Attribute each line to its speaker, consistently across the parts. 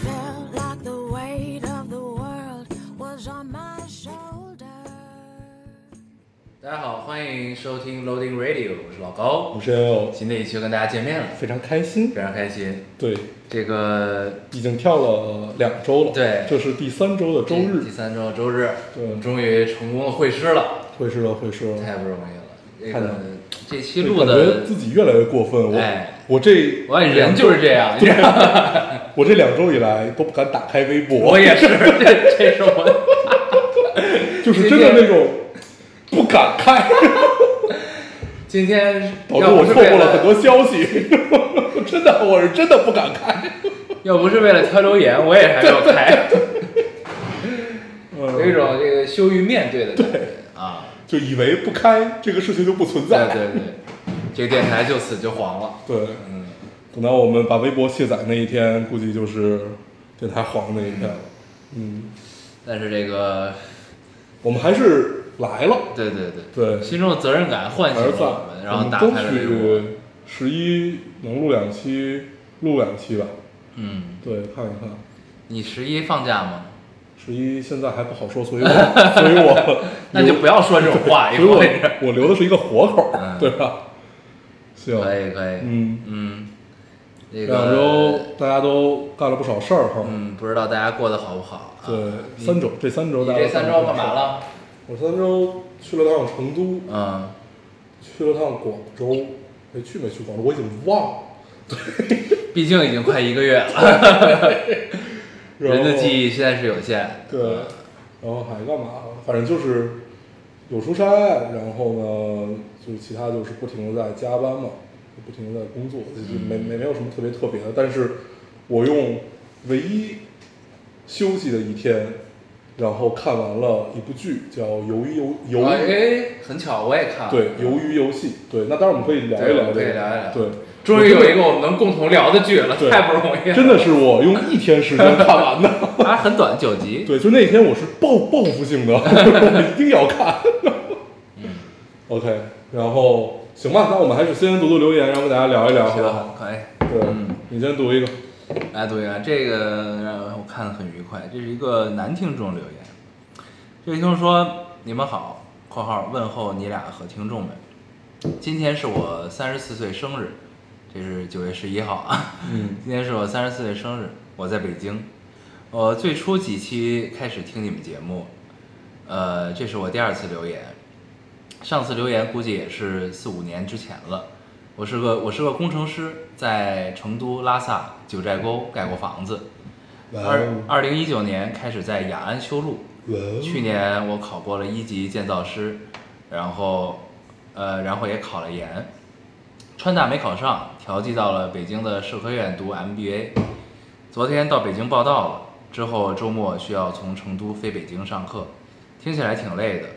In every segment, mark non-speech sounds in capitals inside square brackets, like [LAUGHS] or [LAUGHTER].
Speaker 1: Felt like the weight of the world was on my shoulders.
Speaker 2: 大家好，欢迎收听 Loading Radio，我是老高
Speaker 3: 我。是 L，
Speaker 2: 新的一期又跟大家见面了，
Speaker 3: 非常开心。
Speaker 2: 非常开心。
Speaker 3: 对，
Speaker 2: 这个
Speaker 3: 已经跳了两周了，
Speaker 2: 对
Speaker 3: 这是第三周的周
Speaker 2: 第
Speaker 3: 日，
Speaker 2: 三周周日，
Speaker 3: 对
Speaker 2: 我们终于成功的会师了，
Speaker 3: 会师了，会师了。
Speaker 2: 太不容易了。这
Speaker 3: 太难
Speaker 2: 个
Speaker 3: 了
Speaker 2: 这期
Speaker 3: 对
Speaker 2: 录
Speaker 3: 感觉
Speaker 2: 的，
Speaker 3: 自己越来越过分，我、
Speaker 2: 哎
Speaker 3: 我这
Speaker 2: 我人就是这样， [LAUGHS] 你知道吗
Speaker 3: 我这两周以来都不敢打开微博，
Speaker 2: 我也是，这这是我
Speaker 3: 就是真的那种不敢
Speaker 2: [LAUGHS]
Speaker 3: 开，
Speaker 2: 今天
Speaker 3: 导致
Speaker 2: 要
Speaker 3: 我
Speaker 2: 不是
Speaker 3: 错
Speaker 2: 为
Speaker 3: 过了
Speaker 2: 了
Speaker 3: 很多消息。 [LAUGHS] 真的，我是真的不敢开。
Speaker 2: 要不是为了挑留言，我也
Speaker 3: [LAUGHS]
Speaker 2: 还要开，有一
Speaker 3: 嗯，
Speaker 2: 种这个羞于面对的感觉啊。
Speaker 3: 就以为不开这个事情就不存
Speaker 2: 对
Speaker 3: 在。
Speaker 2: 对对，这个电台就此就黄了。
Speaker 3: 对
Speaker 2: 嗯，
Speaker 3: 等到我们把微博卸载那一天，估计就是电台黄的那一天了。嗯，
Speaker 2: 但是这个，
Speaker 3: 我们还是来了，
Speaker 2: 对对对，
Speaker 3: 对，
Speaker 2: 心中的责任感唤醒
Speaker 3: 儿
Speaker 2: 了
Speaker 3: 子，
Speaker 2: 我们，然后打
Speaker 3: 争
Speaker 2: 开了微博。
Speaker 3: 取十一能录两期，录两期吧，
Speaker 2: 嗯，
Speaker 3: 对，看一看。
Speaker 2: 你十一放假吗？
Speaker 3: 十一现在还不好说，所
Speaker 2: [LAUGHS]
Speaker 3: 以我所以我
Speaker 2: 那就不要说这种话，以
Speaker 3: 所以
Speaker 2: 后
Speaker 3: 我我留的是一个活口
Speaker 2: 嗯，
Speaker 3: 对吧？行，
Speaker 2: 可以可以，
Speaker 3: 嗯，
Speaker 2: 嗯，这
Speaker 3: 两
Speaker 2: 个
Speaker 3: 周大家都干了不少事儿哈，
Speaker 2: 嗯，不知道大家过得好不好啊？
Speaker 3: 对，
Speaker 2: 你
Speaker 3: 三周这三周
Speaker 2: 你
Speaker 3: 大家
Speaker 2: 这
Speaker 3: 都
Speaker 2: 三
Speaker 3: 干
Speaker 2: 周
Speaker 3: 了
Speaker 2: 干
Speaker 3: 不少
Speaker 2: 嘛？了？
Speaker 3: 我三周去了趟成都，
Speaker 2: 嗯，
Speaker 3: 去了趟广州，没去没去广州，我已经忘了。
Speaker 2: 毕竟已经快一个月了，
Speaker 3: 然
Speaker 2: 人的
Speaker 3: 后
Speaker 2: 记忆现在是有限。
Speaker 3: 对，然后还干嘛？反正就是有出差，然后呢，就是其他就是不停的在加班嘛，就不停的在工作，就没
Speaker 2: 嗯
Speaker 3: 没没有什么特别特别的。但是我用唯一休息的一天，然后看完了一部剧，叫《鱿鱼游
Speaker 2: 啊
Speaker 3: 鱿鱼》。
Speaker 2: 哎，很巧，我也看了。
Speaker 3: 对，鱿鱼游戏，对，那当然我们可以聊
Speaker 2: 对
Speaker 3: 一聊
Speaker 2: 我们可
Speaker 3: 这
Speaker 2: 以
Speaker 3: 个，
Speaker 2: 聊一聊
Speaker 3: 对，
Speaker 2: 终于有一个我们能共同聊的剧了，
Speaker 3: 对
Speaker 2: 太不容易
Speaker 3: [LAUGHS]
Speaker 2: 了。
Speaker 3: 真
Speaker 2: [LAUGHS]
Speaker 3: 的是我用一天时间看完的。
Speaker 2: 啊，很短，九集。
Speaker 3: 对，就那天我是报报复性的，我一定要看。OK，然后行吧，那我们还是先读读留言，然后跟大家聊一聊，好不好？
Speaker 2: 行，可以。
Speaker 3: 对，
Speaker 2: 嗯
Speaker 3: 你先读一个。
Speaker 2: 来读一下哎啊这个，让我看得很愉快。这是一个男听众留言，这位听众说：“你们好（括号问候你俩和听众们），今天是我三十四岁生日，这是九月十一号啊。
Speaker 3: 嗯，
Speaker 2: 今天是我三十四岁生日，我在北京。我最初几期开始听你们节目，呃，这是我第二次留言，上次留言估计也是四五年之前了。我是个我是个工程师，在成都、拉萨、九寨沟盖过房子。二
Speaker 3: 哦
Speaker 2: 二零一九年开始在雅安修路，去年我考过了一级建造师，然后呃，然后也考了研，川大没考上，调剂到了北京的社科院读 MBA。昨天到北京报到了，之后周末需要从成都飞北京上课，听起来挺累的。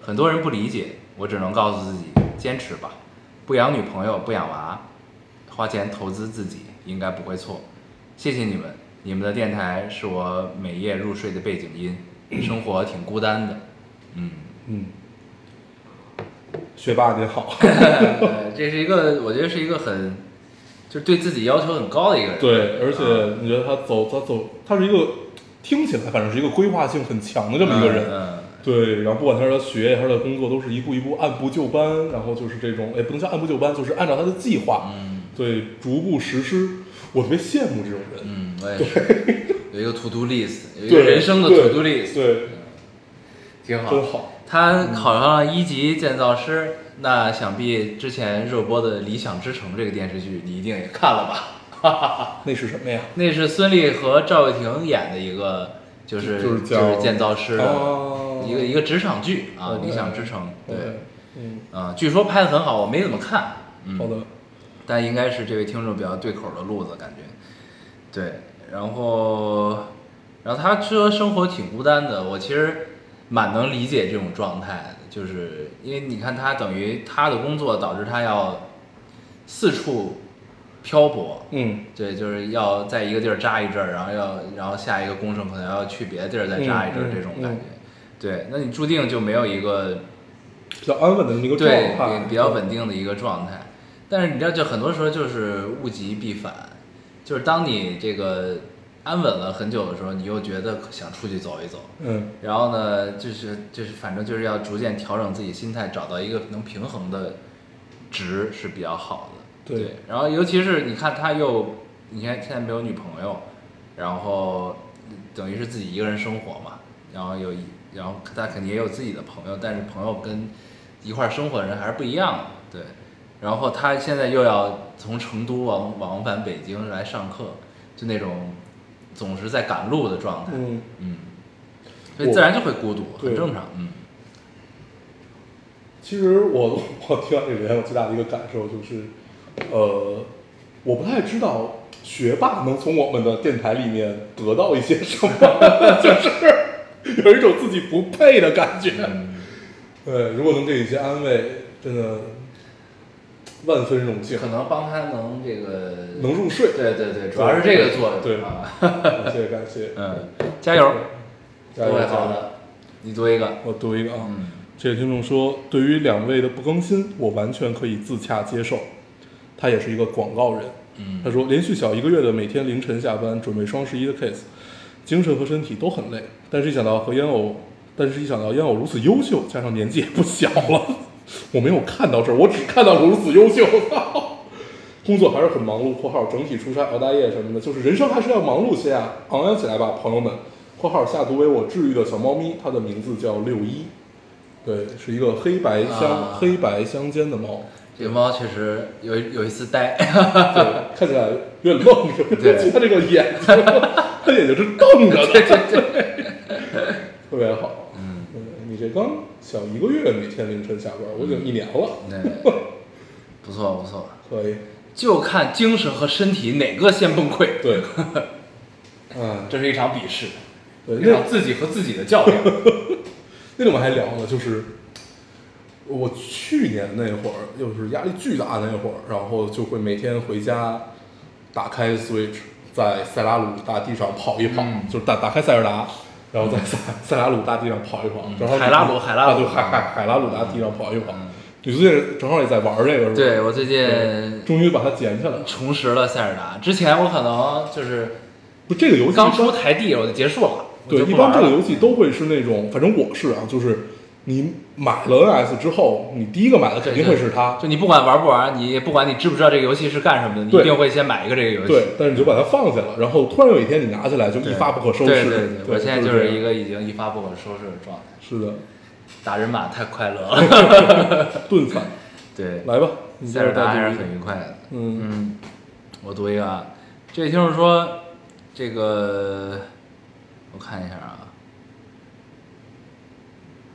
Speaker 2: 很多人不理解，我只能告诉自己坚持吧，不养女朋友，不养娃，花钱投资自己应该不会错。谢谢你们，你们的电台是我每夜入睡的背景
Speaker 3: [LAUGHS]
Speaker 2: 音，生活挺孤单的。嗯，
Speaker 3: 嗯，学霸你好，
Speaker 2: 呃这是一个我觉得是一个很，就是对自己要求很高的一个人。
Speaker 3: [LAUGHS] 对，而
Speaker 2: 啊
Speaker 3: 且你觉得他走他走，他是一个听起来反正是一个规划性很强的这么一个人。啊
Speaker 2: 嗯嗯
Speaker 3: 对，然后不管他的学业还是他的工作，都是一步一步按部就班，然后就是这种，也不能叫按部就班，就是按照他的计划，
Speaker 2: 嗯
Speaker 3: 对，逐步实施。我特别羡慕这种人，
Speaker 2: 嗯，我也是有一个 to do
Speaker 3: [LAUGHS]
Speaker 2: list，有一个
Speaker 3: 对
Speaker 2: 人生的
Speaker 3: 对
Speaker 2: to do list，
Speaker 3: 对，
Speaker 2: 挺好
Speaker 3: 真。好。
Speaker 2: 他考上了一级建造师，那想必之前热播的《理想之城》这个电视剧你一定也看了吧？ [LAUGHS]
Speaker 3: 那是什么呀？
Speaker 2: 那是孙俪和赵又廷演的一个，就是
Speaker 3: 就是
Speaker 2: 就
Speaker 3: 叫
Speaker 2: 是建造师的、
Speaker 3: 哦
Speaker 2: 一个一个职场剧啊，
Speaker 3: OK
Speaker 2: 理想之城》对，
Speaker 3: OK，嗯，
Speaker 2: 啊，据说拍的很好，我没怎么看，嗯，
Speaker 3: 好的，
Speaker 2: 但应该是这位听众比较对口的路子，感觉。对，然后，然后他说生活挺孤单的，我其实蛮能理解这种状态的，就是因为你看他等于他的工作导致他要四处漂泊，
Speaker 3: 嗯
Speaker 2: 对，就是要在一个地儿扎一阵儿，然后要然后下一个工程可能要去别的地儿再扎一阵儿、
Speaker 3: 嗯嗯
Speaker 2: 这种感
Speaker 3: 嗯
Speaker 2: 觉。对，那你注定就没有一个
Speaker 3: 比较安稳的这么一个状
Speaker 2: 对
Speaker 3: 态，
Speaker 2: 比比较稳定的一个状态。但是你知道，就很多时候就是物极必反，就是当你这个安稳了很久的时候，你又觉得想出去走一走，
Speaker 3: 嗯，
Speaker 2: 然后呢，就是就是反正就是要逐渐调整自己心态，找到一个能平衡的值是比较好的。
Speaker 3: 对
Speaker 2: 然后尤其是你看他又，你看现在没有女朋友，然后等于是自己一个人生活嘛，然后有一，然后他肯定也有自己的朋友，但是朋友跟一块儿生活的人还是不一样的，对。然后他现在又要从成都往往返北京来上课，就那种总是在赶路的状态，
Speaker 3: 嗯，
Speaker 2: 嗯，所以自然就会孤独，
Speaker 3: 对
Speaker 2: 很正常。嗯
Speaker 3: 其实我 [LAUGHS] 我听完这里面，我最大的一个感受就是，呃，我不太知道学霸能从我们的电台里面得到一些什么， [LAUGHS] 就是有一种自己不配的感觉。对，如果能给你一些安慰，真的万分荣幸
Speaker 2: 可。能帮他能这个
Speaker 3: 能入
Speaker 2: [LAUGHS]
Speaker 3: 睡，
Speaker 2: 对对对，主要是这个作用。
Speaker 3: 对
Speaker 2: 啊，
Speaker 3: 感谢感谢，
Speaker 2: 嗯，加油，
Speaker 3: 加
Speaker 2: 都
Speaker 3: 油
Speaker 2: 会
Speaker 3: 加
Speaker 2: 好
Speaker 3: 油！
Speaker 2: 的。你读一个，
Speaker 3: 我读一个啊，
Speaker 2: 嗯
Speaker 3: 这位听众说，对于两位的不更新，我完全可以自洽接受。他也是一个广告人，
Speaker 2: 嗯
Speaker 3: 他说连续小一个月的每天凌晨下班准备双十一的 case，精神和身体都很累，但是一想到和烟偶，但是一想到烟偶如此优秀，加上年纪也不小了， [LAUGHS] 我没有看到这儿，我只看到如此优秀。 [LAUGHS] 工作还是很忙碌（括号整体出差熬大夜什么的），就是人生还是要忙碌些啊，昂扬起来吧，朋友们。（括号下毒为我治愈的小猫咪，它的名字叫六一，对，是一个黑白相、
Speaker 2: 啊
Speaker 3: 黑白相间的猫，
Speaker 2: 这个猫确实有一有一次
Speaker 3: [LAUGHS]
Speaker 2: 呆，
Speaker 3: 对，看起来有点愣，
Speaker 2: 对
Speaker 3: 就它这个眼 [LAUGHS] 睛，它眼睛是瞪着
Speaker 2: [LAUGHS]
Speaker 3: 的，特别好。
Speaker 2: 嗯，
Speaker 3: 你这刚小一个月，每天凌晨下班，我已经一年了，
Speaker 2: 对，不错不错，
Speaker 3: 可以，
Speaker 2: 就看精神和身体哪个先崩溃。
Speaker 3: 对，嗯，
Speaker 2: 这是一场比试， [LAUGHS]
Speaker 3: 对，
Speaker 2: 一
Speaker 3: 那
Speaker 2: 场自己和自己的较量。
Speaker 3: [LAUGHS] 那天我们还聊了，就是我去年那会儿，就是压力巨大那会儿，然后就会每天回家打开 Switch，在塞拉鲁大地上跑一跑，
Speaker 2: 嗯
Speaker 3: 就是打打开塞尔达，然后在塞塞拉鲁大地上跑一跑，
Speaker 2: 嗯
Speaker 3: 正好
Speaker 2: 海拉鲁海拉鲁
Speaker 3: 啊对海海海拉鲁大地上跑一跑
Speaker 2: 嗯。
Speaker 3: 你最近正好也在玩这个是吧？
Speaker 2: 对我最近
Speaker 3: 终于把它捡起来了。
Speaker 2: 重拾了塞尔达，之前我可能就是
Speaker 3: 不，这个游戏
Speaker 2: 刚出台地我就结束了，我
Speaker 3: 对，
Speaker 2: 就不
Speaker 3: 一般
Speaker 2: 玩
Speaker 3: 这个
Speaker 2: 了
Speaker 3: 游戏都会是那种，反正我是啊，就是你买了 NS 之后，你第一个买的肯定会是它，
Speaker 2: 就你不管玩不玩，你也不管你知不知道这个游戏是干什么的，你
Speaker 3: 对
Speaker 2: 一定会先买一个这个游戏。
Speaker 3: 对，但是你就把它放下了，然后突然有一天你拿起来就
Speaker 2: 对，
Speaker 3: 一发不可收拾。
Speaker 2: 对对对，我现在
Speaker 3: 就
Speaker 2: 就是是
Speaker 3: 这
Speaker 2: 一
Speaker 3: 样
Speaker 2: 个已经一发不可收拾的状态，
Speaker 3: 是的，
Speaker 2: 打人马太快乐了。
Speaker 3: 顿饭
Speaker 2: [LAUGHS] 对，
Speaker 3: 来吧，你接
Speaker 2: 塞尔
Speaker 3: 着
Speaker 2: 达
Speaker 3: 带
Speaker 2: 还
Speaker 3: 这
Speaker 2: 是
Speaker 3: 个
Speaker 2: 很愉快的。
Speaker 3: 嗯
Speaker 2: 嗯，我读一个啊，这位听众说，这个我看一下啊，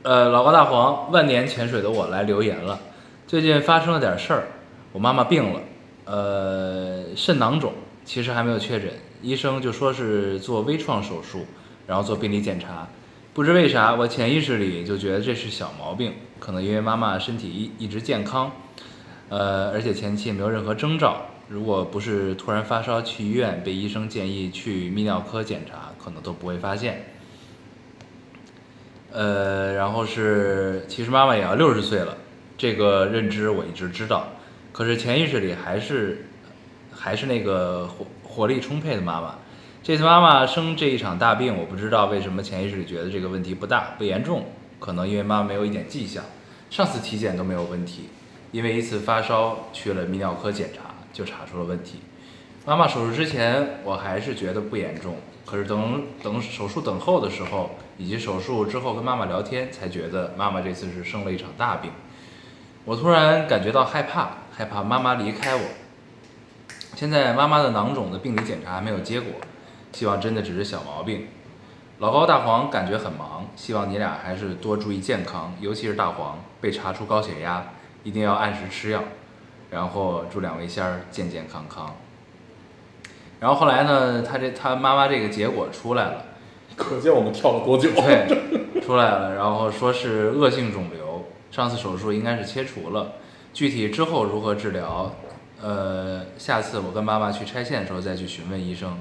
Speaker 2: 呃，老高大黄，万年潜水的我来留言了，最近发生了点事儿，我妈妈病了，呃，肾囊肿，其实还没有确诊，医生就说是做微创手术，然后做病理检查。不知为啥，我潜意识里就觉得这是小毛病，可能因为妈妈身体一一直健康，呃，而且前期也没有任何征兆。如果不是突然发烧去医院，被医生建议去泌尿科检查，可能都不会发现。呃，然后是，其实妈妈也要六十岁了，这个认知我一直知道，可是潜意识里还是还是那个活活力充沛的妈妈。这次妈妈生这一场大病，我不知道为什么潜意识里觉得这个问题不大不严重，可能因为妈妈没有一点迹象，上次体检都没有问题，因为一次发烧去了泌尿科检查就查出了问题。妈妈手术之前，我还是觉得不严重，可是等等手术等候的时候，以及手术之后跟妈妈聊天，才觉得妈妈这次是生了一场大病。我突然感觉到害怕，害怕妈妈离开我。现在妈妈的囊肿的病理检查还没有结果，希望真的只是小毛病。老高、大黄感觉很忙，希望你俩还是多注意健康，尤其是大黄被查出高血压，一定要按时吃药。然后祝两位仙儿健健康康。然后后来呢，他这他妈妈这个结果出来 [LAUGHS] 了，
Speaker 3: 可见我们跳了多久。
Speaker 2: 对，出来了，然后说是恶性肿瘤，上次手术应该是切除了，具体之后如何治疗，呃，下次我跟妈妈去拆线的时候再去询问医生。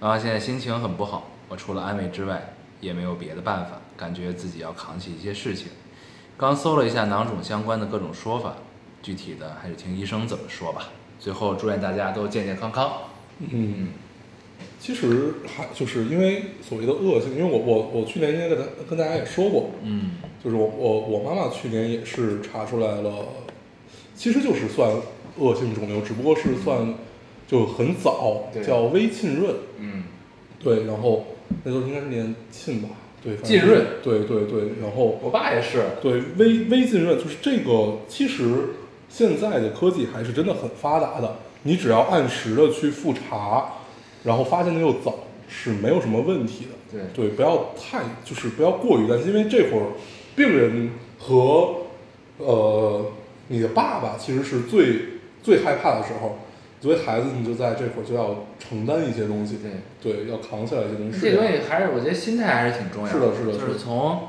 Speaker 2: 妈妈现在心情很不好，我除了安慰之外也没有别的办法，感觉自己要扛起一些事情。刚搜了一下囊肿相关的各种说法，具体的还是听医生怎么说吧。最后祝愿大家都健健康康。
Speaker 3: [LAUGHS] 嗯，其实还就是因为所谓的恶性，因为我我我去年应该跟大跟大家也说过，
Speaker 2: 嗯
Speaker 3: 就是我我我妈妈去年也是查出来了，其实就是算恶性肿瘤，只不过是算就很早
Speaker 2: 嗯对，
Speaker 3: 叫微浸润，
Speaker 2: 嗯
Speaker 3: 对，然后那都应该是念浸吧，对，反正
Speaker 2: 浸润
Speaker 3: 对对对，然后
Speaker 2: 我爸也是，
Speaker 3: 对微微浸润就是这个，其实现在的科技还是真的很发达的，你只要按时的去复查，然后发现的又早，是没有什么问题的。
Speaker 2: 对
Speaker 3: 对，不要太就是不要过于担心，因为这会儿病人和呃你的爸爸其实是最最害怕的时候。作为孩子，你就在这会儿就要承担一些东西，对，要扛下来一些东西。
Speaker 2: 这东西还是我觉得心态还是挺重要
Speaker 3: 是的是的
Speaker 2: 就是
Speaker 3: 是的
Speaker 2: 从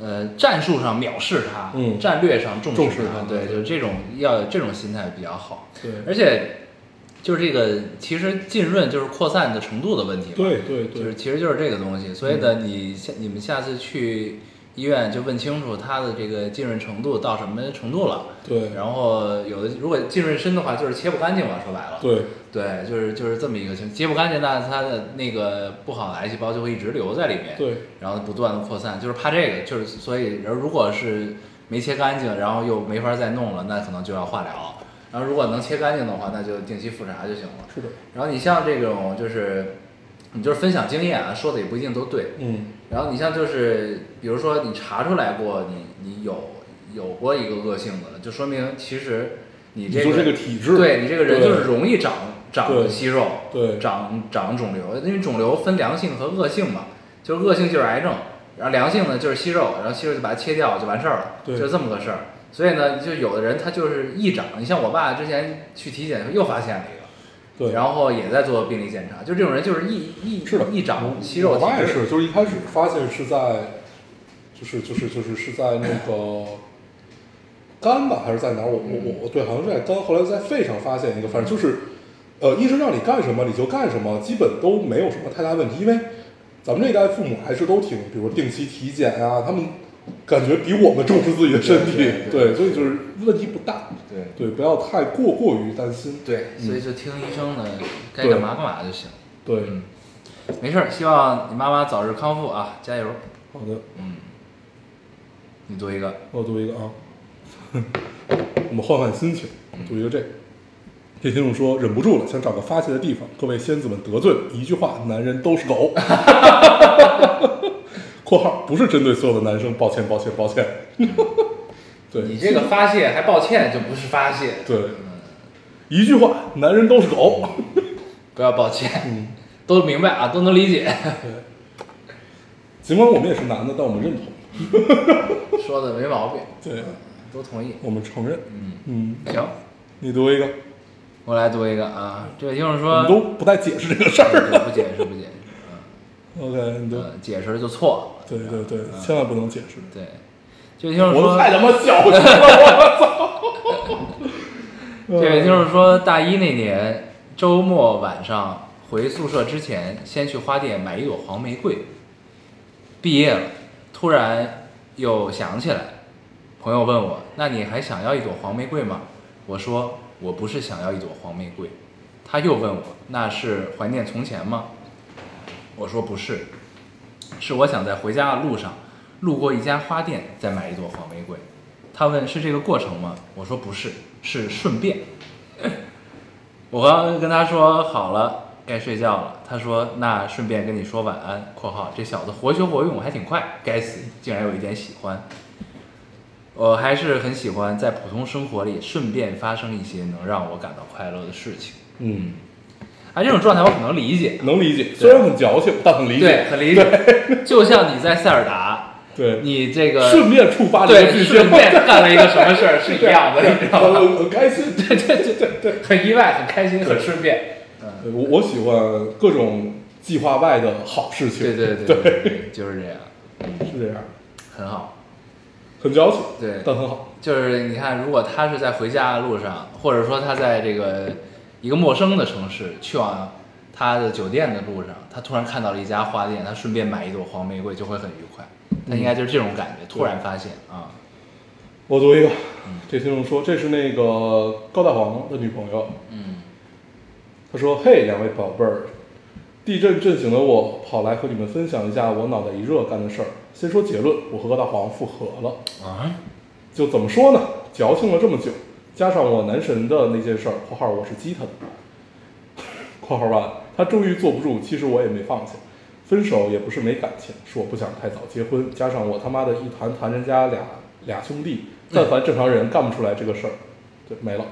Speaker 2: 呃战术上藐视它，
Speaker 3: 嗯
Speaker 2: 战略上重
Speaker 3: 重视
Speaker 2: 它，
Speaker 3: 它
Speaker 2: 对，就是这种要有这种心态比较好。
Speaker 3: 对
Speaker 2: 而且就是这个，其实浸润就是扩散的程度的问题嘛，
Speaker 3: 对对对，嗯
Speaker 2: 就是其实就是这个东西。所以呢，你下你们下次去医院就问清楚它的这个浸润程度到什么程度了。
Speaker 3: 对
Speaker 2: 然后有的如果浸润深的话，就是切不干净了，说白了。
Speaker 3: 对
Speaker 2: 对，就是就是这么一个情况，揭不干净，那它的那个不好的癌细胞就会一直留在里面，
Speaker 3: 对，
Speaker 2: 然后不断的扩散，就是怕这个，就是所以人如果是没切干净，然后又没法再弄了，那可能就要化疗，然后如果能切干净的话，那就定期复查就行了。
Speaker 3: 是的，
Speaker 2: 然后你像这种就是，你就是分享经验啊，说的也不一定都对。
Speaker 3: 嗯，
Speaker 2: 然后你像就是，比如说你查出来过你你有有过一个恶性的了，就说明其实你这
Speaker 3: 你就是
Speaker 2: 个
Speaker 3: 这个体质
Speaker 2: 对你这个人
Speaker 3: 对
Speaker 2: 就是容易长长
Speaker 3: 对
Speaker 2: 息肉，
Speaker 3: 对
Speaker 2: 长长肿瘤，因为肿瘤分良性和恶性嘛，就是恶性就是癌症，然后良性呢就是息肉，然后息肉就把它切掉就完事儿了，
Speaker 3: 对
Speaker 2: 就是这么个事儿。所以呢，就有的人他就是易长，你像我爸之前去体检又发现了一个，
Speaker 3: 对，
Speaker 2: 然后也在做病理检查，就这种人就是易易
Speaker 3: 是的，
Speaker 2: 易
Speaker 3: 我
Speaker 2: 长息肉
Speaker 3: 我
Speaker 2: 体
Speaker 3: 爸也
Speaker 2: 质，
Speaker 3: 是，就是一开始发现是在，就是就是就是是在那个肝吧，还是在哪儿？我我我我对，好像是在肝，后来在肺上发现一个，反正就是，呃，医生让你干什么你就干什么，基本都没有什么太大问题，因为咱们这代父母还是都挺，比如定期体检啊，他们感觉比我们重视自己的身体，
Speaker 2: 对对对
Speaker 3: 所以就是问题不大，
Speaker 2: 对
Speaker 3: 对，不要太过过于担心，
Speaker 2: 对，
Speaker 3: 嗯
Speaker 2: 所以就听医生的，该
Speaker 3: 对
Speaker 2: 干嘛干嘛就行。
Speaker 3: 对，
Speaker 2: 嗯，没事儿，希望你妈妈早日康复啊，加油。
Speaker 3: 好的。
Speaker 2: 嗯，你读一个。
Speaker 3: 我读一个啊， [LAUGHS] 我们换换心情，读一个这个。这听众说忍不住了，想找个发泄的地方。各位仙子们得罪了，一句话，男人都是狗。 [LAUGHS] （括号不是针对所有的男生，抱歉，抱歉，抱歉。 [LAUGHS] 对，
Speaker 2: 嗯你嗯这个发泄还抱歉，就不是发泄，
Speaker 3: 对，一句话，男人都是狗。
Speaker 2: 不要抱歉， [LAUGHS] 都明白啊，都能理解， [LAUGHS]
Speaker 3: 尽管我们也是男的，但我们认同，
Speaker 2: 说的没毛病，
Speaker 3: 对，
Speaker 2: 都同意。
Speaker 3: 我们承认。
Speaker 2: 嗯
Speaker 3: 嗯，
Speaker 2: 行，
Speaker 3: 你读一个，
Speaker 2: 我来读一个啊，这个听众
Speaker 3: 我
Speaker 2: 说
Speaker 3: 们都不带解释这个事儿。
Speaker 2: 对不解释不解释，
Speaker 3: OK，你读。
Speaker 2: 嗯，解释就错了。
Speaker 3: 对对对，千万不能解
Speaker 2: [LAUGHS]
Speaker 3: 释。
Speaker 2: 对，这位听众
Speaker 3: 我都
Speaker 2: 说，
Speaker 3: 太他妈小气了，我操！
Speaker 2: 这位听众说，大一那年周末晚上回宿舍之前，先去花店买一朵黄玫瑰。毕业了，突然又想起来，朋友问我：“那你还想要一朵黄玫瑰吗？”我说：“我不是想要一朵黄玫瑰。”他又问我：“那是怀念从前吗？”我说：“不是，是我想在回家的路上路过一家花店，再买一朵黄玫瑰。”他问：“是这个过程吗？”我说：“不是，是顺便。”我刚刚跟他说好了，该睡觉了。他说那顺便跟你说晚安。（括号这小子活学活用还挺快，该死，竟然有一点喜欢。）我还是很喜欢在普通生活里顺便发生一些能让我感到快乐的事情。
Speaker 3: 嗯，
Speaker 2: 啊，这种状态我很能理解，
Speaker 3: 能理解，虽然很矫情，但很理
Speaker 2: 对，
Speaker 3: 解。
Speaker 2: 很理解。就像你在塞尔达，
Speaker 3: 对，
Speaker 2: 你这个
Speaker 3: 顺便触发了一个
Speaker 2: 对
Speaker 3: 巨蟹
Speaker 2: 顺便干了一个什么事儿是一样的，你知道吗？
Speaker 3: 很很开心。
Speaker 2: [LAUGHS] 对对对对对，很意外，很开心，很顺便。嗯，
Speaker 3: 对我我喜欢各种计划外的好事情。
Speaker 2: 对对对对对，就是这样，
Speaker 3: 是这样，
Speaker 2: 很好。
Speaker 3: 很矫情，
Speaker 2: 对
Speaker 3: 但很好。
Speaker 2: 就是你看，如果他是在回家的路上，或者说他在这个一个陌生的城市去往他的酒店的路上，他突然看到了一家花店，他顺便买一朵黄玫瑰，就会很愉快。他应该就是这种感觉，突然发现啊，
Speaker 3: 我读一个，这听众说这是那个高大黄的女朋友，
Speaker 2: 嗯
Speaker 3: 他说：“嘿，两位宝贝儿，地震震醒了我，跑来和你们分享一下我脑袋一热干的事儿。先说结论，我和高大黄复合了。
Speaker 2: 啊，
Speaker 3: 就怎么说呢？矫情了这么久，加上我男神的那件事儿 [LAUGHS] （括号我是激他的），括号完，他终于坐不住，其实我也没放下。分手也不是没感情，是我不想太早结婚，加上我他妈的一谈谈人家俩俩兄弟，
Speaker 2: 嗯
Speaker 3: 但凡正常人干不出来这个事儿，对，没了。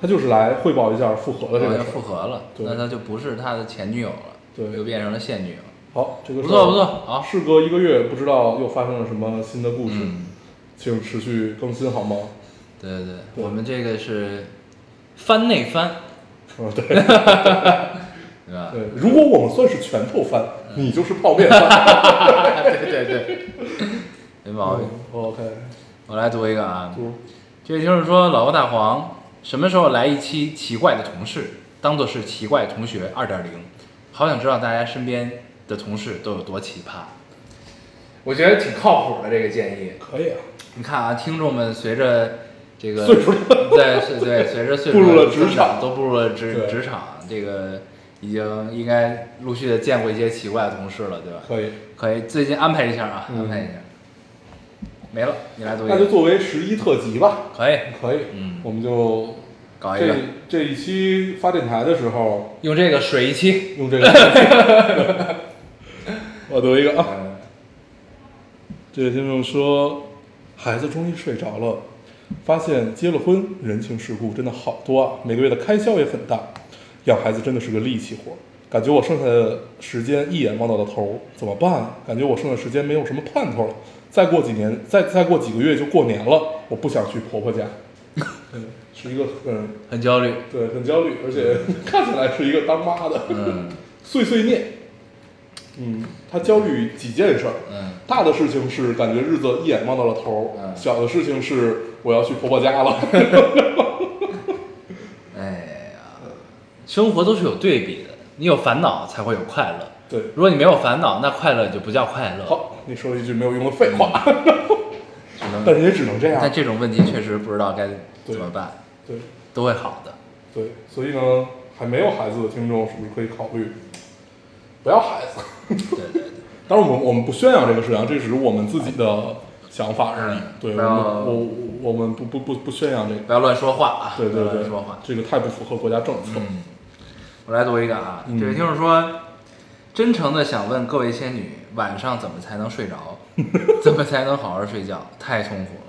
Speaker 3: 他就是来汇报一下复合的这
Speaker 2: 好
Speaker 3: 个
Speaker 2: 像
Speaker 3: 事
Speaker 2: 啊哦复
Speaker 3: 儿。
Speaker 2: 合了，
Speaker 3: 对
Speaker 2: 那他就不是他的前女友了，
Speaker 3: 对
Speaker 2: 又变成了现女友。
Speaker 3: 好，这个
Speaker 2: 不
Speaker 3: 事儿
Speaker 2: 错不错，好，
Speaker 3: 事隔一个月，不知道又发生了什么新的故事，
Speaker 2: 嗯，
Speaker 3: 请持续更新好吗？ [LAUGHS]
Speaker 2: 对对对，
Speaker 3: 对
Speaker 2: 我们这个是翻内翻，
Speaker 3: 啊，对
Speaker 2: 对
Speaker 3: [LAUGHS]
Speaker 2: 吧？
Speaker 3: 对，如果我们算是拳头翻，
Speaker 2: 嗯
Speaker 3: 你就是泡面
Speaker 2: [LAUGHS]
Speaker 3: 翻。
Speaker 2: 对对 [LAUGHS] 对，没毛病。
Speaker 3: OK，
Speaker 2: 我来读一个啊，
Speaker 3: 就是
Speaker 2: 这位听众说，老高大黄什么时候来一期奇怪的同事，当做是奇怪同学二点零，好想知道大家身边的同事都有多奇葩。我觉得挺靠谱的这个建议。
Speaker 3: 可以啊，
Speaker 2: 你看啊，听众们随着这个
Speaker 3: 岁数
Speaker 2: 对是对，随着岁数
Speaker 3: 步入了
Speaker 2: 的
Speaker 3: 职
Speaker 2: 增长
Speaker 3: 场
Speaker 2: 都步入了职
Speaker 3: 对
Speaker 2: 职场，这个已经应该陆续的见过一些奇怪的同事了，对吧？
Speaker 3: 可以。
Speaker 2: 可以，最近安排一下啊，
Speaker 3: 嗯
Speaker 2: 安排一下。没了，你来读一
Speaker 3: 那就
Speaker 2: 个，
Speaker 3: 作为十一特辑吧。
Speaker 2: 可以
Speaker 3: 可以，
Speaker 2: 嗯
Speaker 3: 我们就
Speaker 2: 搞一
Speaker 3: 这
Speaker 2: 个，
Speaker 3: 这一期发电台的时候
Speaker 2: 用这个水一期。
Speaker 3: 用这个。 [LAUGHS] 我读一个啊。这位听众说，孩子终于睡着了，发现结了婚，人情世故真的好多啊，每个月的开销也很大，养孩子真的是个力气活儿。感觉我剩下的时间一眼望到了头儿，怎么办啊？感觉我剩下的时间没有什么盼头了。再过几年，再再过几个月就过年了，我不想去婆 [LAUGHS] 婆家。嗯，是一个嗯很
Speaker 2: 很焦虑。
Speaker 3: 对很焦虑，而且 [LAUGHS] 看起来是一个当妈的
Speaker 2: 嗯
Speaker 3: [LAUGHS] 碎碎念。嗯，她焦虑几件事儿，
Speaker 2: 嗯
Speaker 3: 大的事情是感觉日子一眼望到了头儿，
Speaker 2: 嗯
Speaker 3: 小的事情是我要去婆婆家
Speaker 2: [LAUGHS]
Speaker 3: 了。，
Speaker 2: 哎呀，生活都是有对比的，你有烦恼才会有快乐。
Speaker 3: 对，
Speaker 2: 如果你没有烦恼，那快乐就不叫快乐。
Speaker 3: 好，你说了一句没有用的废话，
Speaker 2: 只能，
Speaker 3: 但是也只能这样
Speaker 2: 嗯但。这种问题确实不知道该怎么办，
Speaker 3: 对
Speaker 2: 都会好的。
Speaker 3: 对，所以呢，还没有孩子的听众是不是可以考虑不要孩子？
Speaker 2: 对对对，
Speaker 3: 当然，我们我们不宣扬这个事情，啊这只是我们自己的想法而已
Speaker 2: 嗯。
Speaker 3: 对，
Speaker 2: 不
Speaker 3: 我
Speaker 2: 要
Speaker 3: 们我我们不不不不宣扬这个。
Speaker 2: 不要乱说话啊！
Speaker 3: 对对
Speaker 2: 不要
Speaker 3: 对
Speaker 2: 乱说话，。
Speaker 3: 这个太不符合国家政策。
Speaker 2: 嗯，我来读一个啊，
Speaker 3: 嗯
Speaker 2: 这位听众说，真诚的想问各位仙女，晚上怎么才能睡着？ [LAUGHS] 怎么才能好好睡觉？太痛苦了。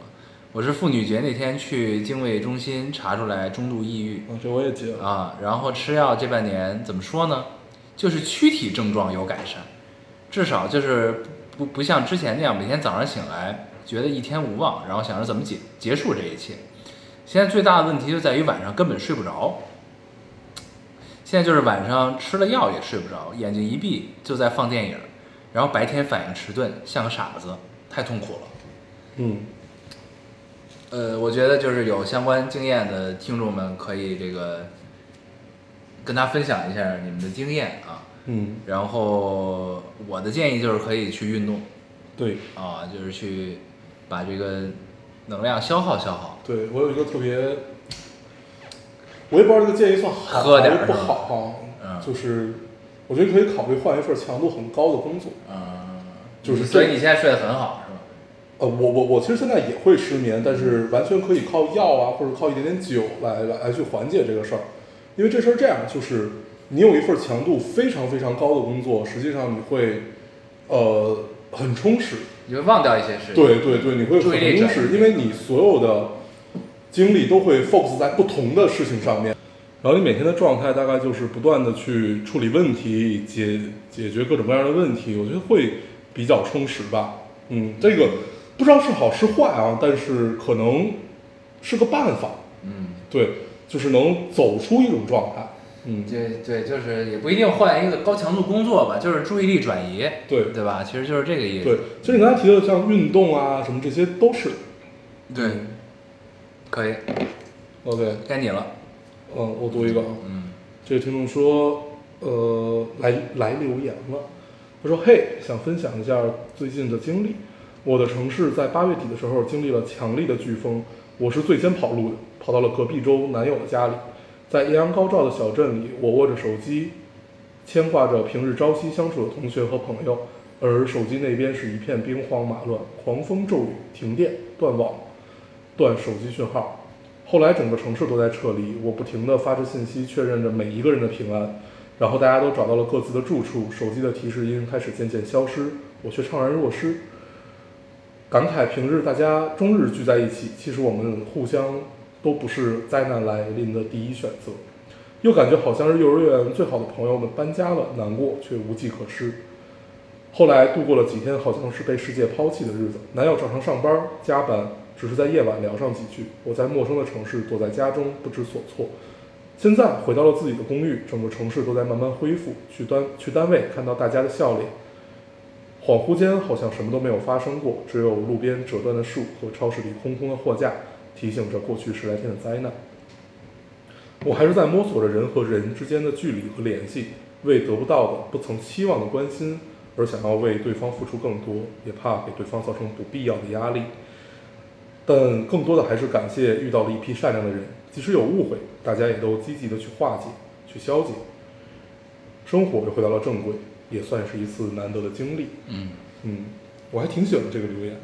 Speaker 2: 我是妇女节那天去精卫中心查出来中度抑郁
Speaker 3: 嗯，这我也接了。
Speaker 2: 啊，然后吃药这半年怎么说呢？就是躯体症状有改善，至少就是不不像之前那样每天早上醒来觉得一天无望，然后想着怎么结结束这一切。现在最大的问题就在于晚上根本睡不着。现在就是晚上吃了药也睡不着，眼睛一闭就在放电影，然后白天反应迟钝，像个傻子，太痛苦了。
Speaker 3: 嗯，
Speaker 2: 呃，我觉得就是有相关经验的听众们可以这个跟他分享一下你们的经验啊。
Speaker 3: 嗯，
Speaker 2: 然后我的建议就是可以去运动
Speaker 3: 对。
Speaker 2: 啊，就是去把这个能量消耗消耗。
Speaker 3: 对我有一个特别，我也不知道这个建议算好
Speaker 2: 喝点
Speaker 3: 还
Speaker 2: 儿
Speaker 3: 是不好哈、
Speaker 2: 嗯
Speaker 3: 就是我觉得可以考虑换一份强度很高的工作。
Speaker 2: 嗯，
Speaker 3: 就是
Speaker 2: 所以
Speaker 3: 这
Speaker 2: 你现在睡得很好是吧？
Speaker 3: 呃，我我我其实现在也会失眠，但是完全可以靠药啊，或者靠一点点酒来来来去缓解这个事儿。因为这事儿这样，就是你有一份强度非常非常高的工作，实际上你会呃很充实，
Speaker 2: 你会忘掉一些事情。
Speaker 3: 对对对，你会
Speaker 2: 注
Speaker 3: 很
Speaker 2: 意
Speaker 3: 充
Speaker 2: 力转
Speaker 3: 实，
Speaker 2: 移
Speaker 3: 因为你所有的精力都会 focus 在不同的事情上面。然后你每天的状态大概就是不断的去处理问题，解解决各种各样的问题，我觉得会比较充实吧。嗯，这个不知道是好是坏啊，但是可能是个办法。
Speaker 2: 嗯，
Speaker 3: 对，就是能走出一种状态。嗯，
Speaker 2: 对对，就是也不一定换一个高强度工作吧，就是注意力转移，
Speaker 3: 对
Speaker 2: 对吧？其实就是这个意思。
Speaker 3: 对，其实你刚才提到像运动啊什么这些都是，
Speaker 2: 对，可以，
Speaker 3: OK，
Speaker 2: 该你了。
Speaker 3: 嗯，我读一个啊，
Speaker 2: 嗯
Speaker 3: 这个听众说，呃，来来留言了，他说：“嘿，想分享一下最近的经历。我的城市在八月底的时候经历了强力的飓风，我是最先跑路的，跑到了隔壁州男友的家里。在艳阳高照的小镇里，我握着手机，牵挂着平日朝夕相处的同学和朋友，而手机那边是一片兵荒马乱，狂风骤雨，停电，断网，断手机讯号。后来整个城市都在撤离，我不停地发着信息确认着每一个人的平安，然后大家都找到了各自的住处，手机的提示音开始渐渐消失，我却怅然若失。感慨平日大家终日聚在一起，其实我们互相都不是灾难来临的第一选择，又感觉好像是幼儿园最好的朋友们搬家了，难过却无计可施。后来度过了几天好像是被世界抛弃的日子。男友照常上班加班，只是在夜晚聊上几句。我在陌生的城市躲在家中不知所措。现在回到了自己的公寓，整个城市都在慢慢恢复。去单去单位看到大家的笑脸，恍惚间好像什么都没有发生过，只有路边折断的树和超市里空空的货架提醒着过去十来天的灾难。我还是在摸索着人和人之间的距离和联系，为得不到的、不曾期望的关心而想要为对方付出更多，也怕给对方造成不必要的压力。但更多的还是感谢遇到了一批善良的人，即使有误会，大家也都积极的去化解、去消解。生活又回到了正轨，也算是一次难得的经历。
Speaker 2: 嗯，
Speaker 3: 嗯，我还挺喜欢这个留言。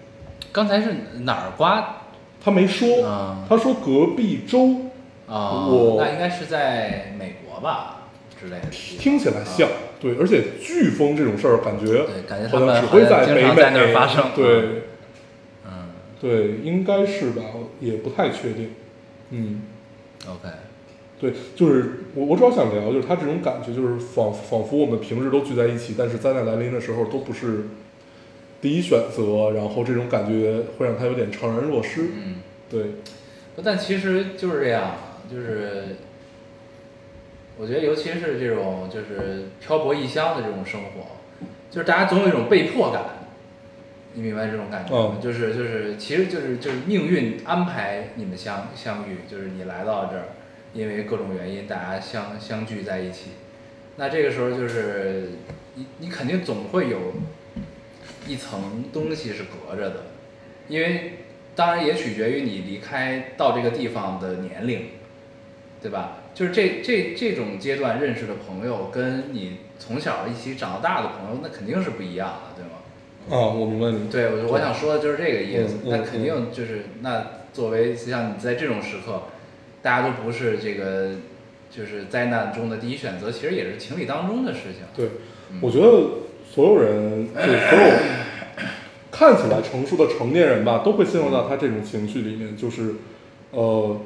Speaker 2: 刚才是哪儿刮
Speaker 3: 他没说，
Speaker 2: 啊
Speaker 3: 他说隔壁州
Speaker 2: 啊？
Speaker 3: 我
Speaker 2: 那应该是在美国吧之类的地方。
Speaker 3: 听起来像、对，而且飓风这种事儿，感觉
Speaker 2: 对感觉他
Speaker 3: 好
Speaker 2: 们
Speaker 3: 像只会
Speaker 2: 好像
Speaker 3: 北
Speaker 2: 经常
Speaker 3: 美
Speaker 2: 在那儿发生
Speaker 3: 对，
Speaker 2: 嗯
Speaker 3: 对，应该是吧，也不太确定。嗯，
Speaker 2: ，OK，
Speaker 3: 对，就是我我主要想聊，就是他这种感觉，就是仿仿佛我们平日都聚在一起，但是灾难来临的时候都不是第一选择，然后这种感觉会让他有点怅然若失。
Speaker 2: 嗯，
Speaker 3: 对，
Speaker 2: 不但其实就是这样，就是我觉得尤其是这种就是漂泊异乡的这种生活，就是大家总有一种被迫感，你明白这种感觉吗？
Speaker 3: 嗯
Speaker 2: 就是就是其实就是就是命运安排你们相相遇，就是你来到这儿，因为各种原因大家相相聚在一起，那这个时候就是你你肯定总会有一层东西是隔着的，因为当然也取决于你离开到这个地方的年龄，对吧？就是这这这种阶段认识的朋友，跟你从小一起长大的朋友，那肯定是不一样的，对吗？
Speaker 3: 啊，我明白你。
Speaker 2: 对，我我想说的就是这个意思
Speaker 3: 嗯。嗯
Speaker 2: 那肯定就是那作为像你在这种时刻，大家都不是这个就是灾难中的第一选择，其实也是情理当中的事情。
Speaker 3: 对，
Speaker 2: 嗯
Speaker 3: 我觉得所有人，就是所有看起来成熟的成年人吧，都会陷入到他这种情绪里面，就是，呃，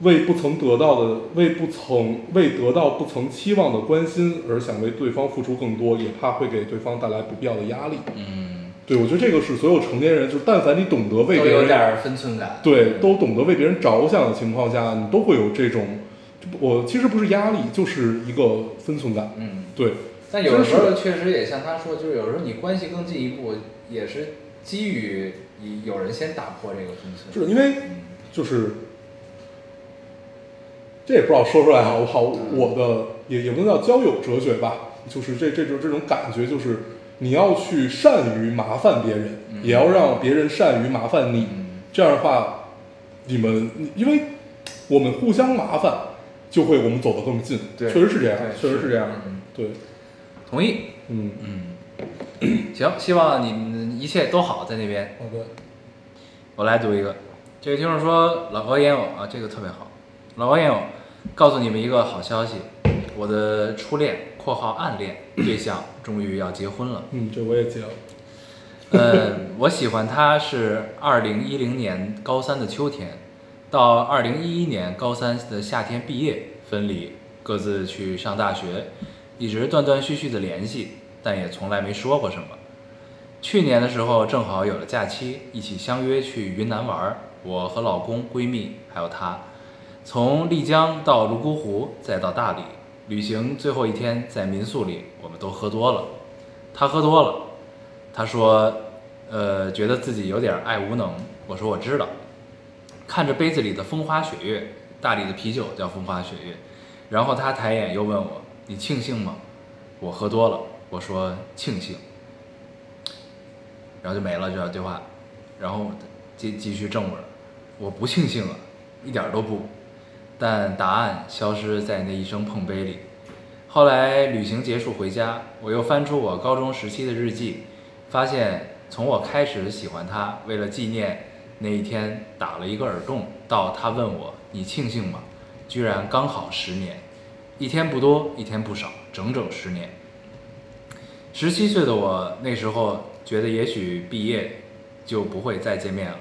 Speaker 3: 为不曾得到的，为不曾为得到不曾期望的关心而想为对方付出更多，也怕会给对方带来不必要的压力。
Speaker 2: 嗯，
Speaker 3: 对，我觉得这个是所有成年人，就是但凡你懂得
Speaker 2: 都
Speaker 3: 为别
Speaker 2: 有
Speaker 3: 人
Speaker 2: 点儿分寸感。
Speaker 3: 对，都懂得为别人着想的情况下，你都会有这种，这不我其实不是压力，就是一个分寸感。
Speaker 2: 嗯。
Speaker 3: 对，
Speaker 2: 但有的时候确实也像他说，就是有时候你关系更进一步，也是基于以有人先打破这个分寸。
Speaker 3: 是的因为
Speaker 2: 嗯
Speaker 3: 就是这也不知道说出来好不好，我的也也不能叫交友哲学吧，就是这这种这种感觉，就是你要去善于麻烦别人，
Speaker 2: 嗯
Speaker 3: 也要让别人善于麻烦你，
Speaker 2: 嗯
Speaker 3: 这样的话，你们因为我们互相麻烦，就会我们走得更近，
Speaker 2: 对
Speaker 3: 确实是这样，
Speaker 2: 对
Speaker 3: 确实
Speaker 2: 是
Speaker 3: 是这样，
Speaker 2: 嗯
Speaker 3: 对，
Speaker 2: 同意。
Speaker 3: 嗯，
Speaker 2: 嗯，行，希望你们一切都好在那边。
Speaker 3: 好的，
Speaker 2: 我来读一个，这位听众说：“老高烟友啊，这个特别好。老高烟友，告诉你们一个好消息，我的初恋（括号暗恋）对象终于要结婚了。
Speaker 3: 嗯，这我也接了，
Speaker 2: [LAUGHS] 呃，我喜欢他是二零一零年高三的秋天，到二零一一年高三的夏天毕业分离，各自去上大学，一直断断续续的联系，但也从来没说过什么。去年的时候正好有了假期，一起相约去云南玩儿，我和老公、闺蜜还有她，从丽江到泸沽湖，再到大理，旅行最后一天在民宿里，我们都喝多了，她喝多了。他说，呃，觉得自己有点爱无能。我说我知道。看着杯子里的风花雪月，大理的啤酒叫风花雪月。然后他抬眼又问我：“你庆幸吗？”我喝多了，我说庆幸。然后就没了这段对话，然后继继续正文，我不庆幸啊，一点儿都不，但答案消失在那一声碰杯里。后来旅行结束回家，我又翻出我高中时期的日记，发现从我开始喜欢他，为了纪念那一天打了一个耳洞，到他问我你庆幸吗？居然刚好十年，一天不多，一天不少，整整十年。十七岁的我那时候觉得也许毕业就不会再见面了，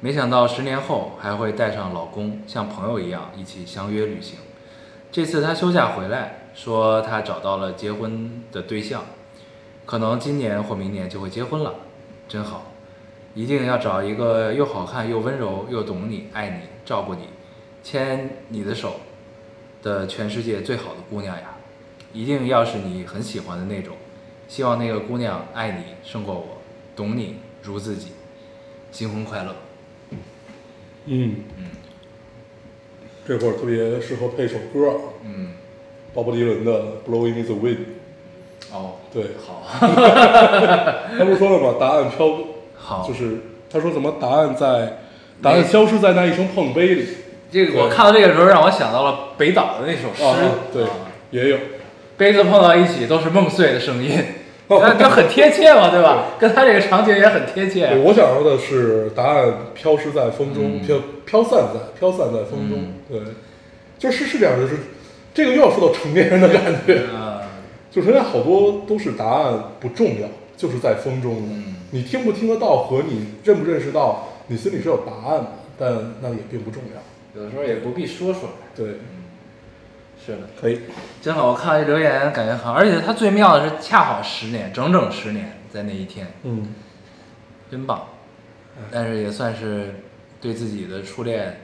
Speaker 2: 没想到十年后还会带上老公，像朋友一样一起相约旅行。这次她休假回来，说她找到了结婚的对象，可能今年或明年就会结婚了，真好。一定要找一个又好看又温柔又懂你、爱你、照顾你、牵你的手的全世界最好的姑娘呀！一定要是你很喜欢的那种。希望那个姑娘爱你胜过我，懂你如自己。新婚快乐！
Speaker 3: 嗯
Speaker 2: 嗯
Speaker 3: 这会儿特别适合配一首歌啊，
Speaker 2: 嗯，
Speaker 3: 鲍勃迪伦的《Blow in the Wind》。
Speaker 2: 哦，
Speaker 3: 对，
Speaker 2: 好，
Speaker 3: [LAUGHS] 他不是说了吗？答案飘，
Speaker 2: 好，
Speaker 3: 就是他说什么答案在，答案
Speaker 2: 没
Speaker 3: 消失在那一声碰杯里。
Speaker 2: 这个我哦
Speaker 3: 对
Speaker 2: 看到这个时候，让我想到了北岛的那首诗，
Speaker 3: 啊，对，也有。
Speaker 2: 杯子碰到一起都是梦碎的声 [LAUGHS] 音，那就很贴切嘛，哦对吧？跟他这个场景也很贴切。
Speaker 3: 我想说的是，答案飘失在风中，
Speaker 2: 嗯
Speaker 3: 飘飘散在飘散在风中
Speaker 2: 嗯。
Speaker 3: 对，就是是这样，就是这个又要说到成年人的感觉，
Speaker 2: 嗯
Speaker 3: [LAUGHS] 就是现在好多都是答案不重要，就是在风中。
Speaker 2: 嗯
Speaker 3: 你听不听得到和你认不认识到，你心里是有答案的，但那也并不重要。
Speaker 2: 有的时候也不必说出来。
Speaker 3: 对，
Speaker 2: 是的，
Speaker 3: 可以。
Speaker 2: 真好，我看了这留言感觉很好，而且他最妙的是恰好十年，整整十年在那一天。
Speaker 3: 嗯，
Speaker 2: 真棒，但是也算是对自己的初恋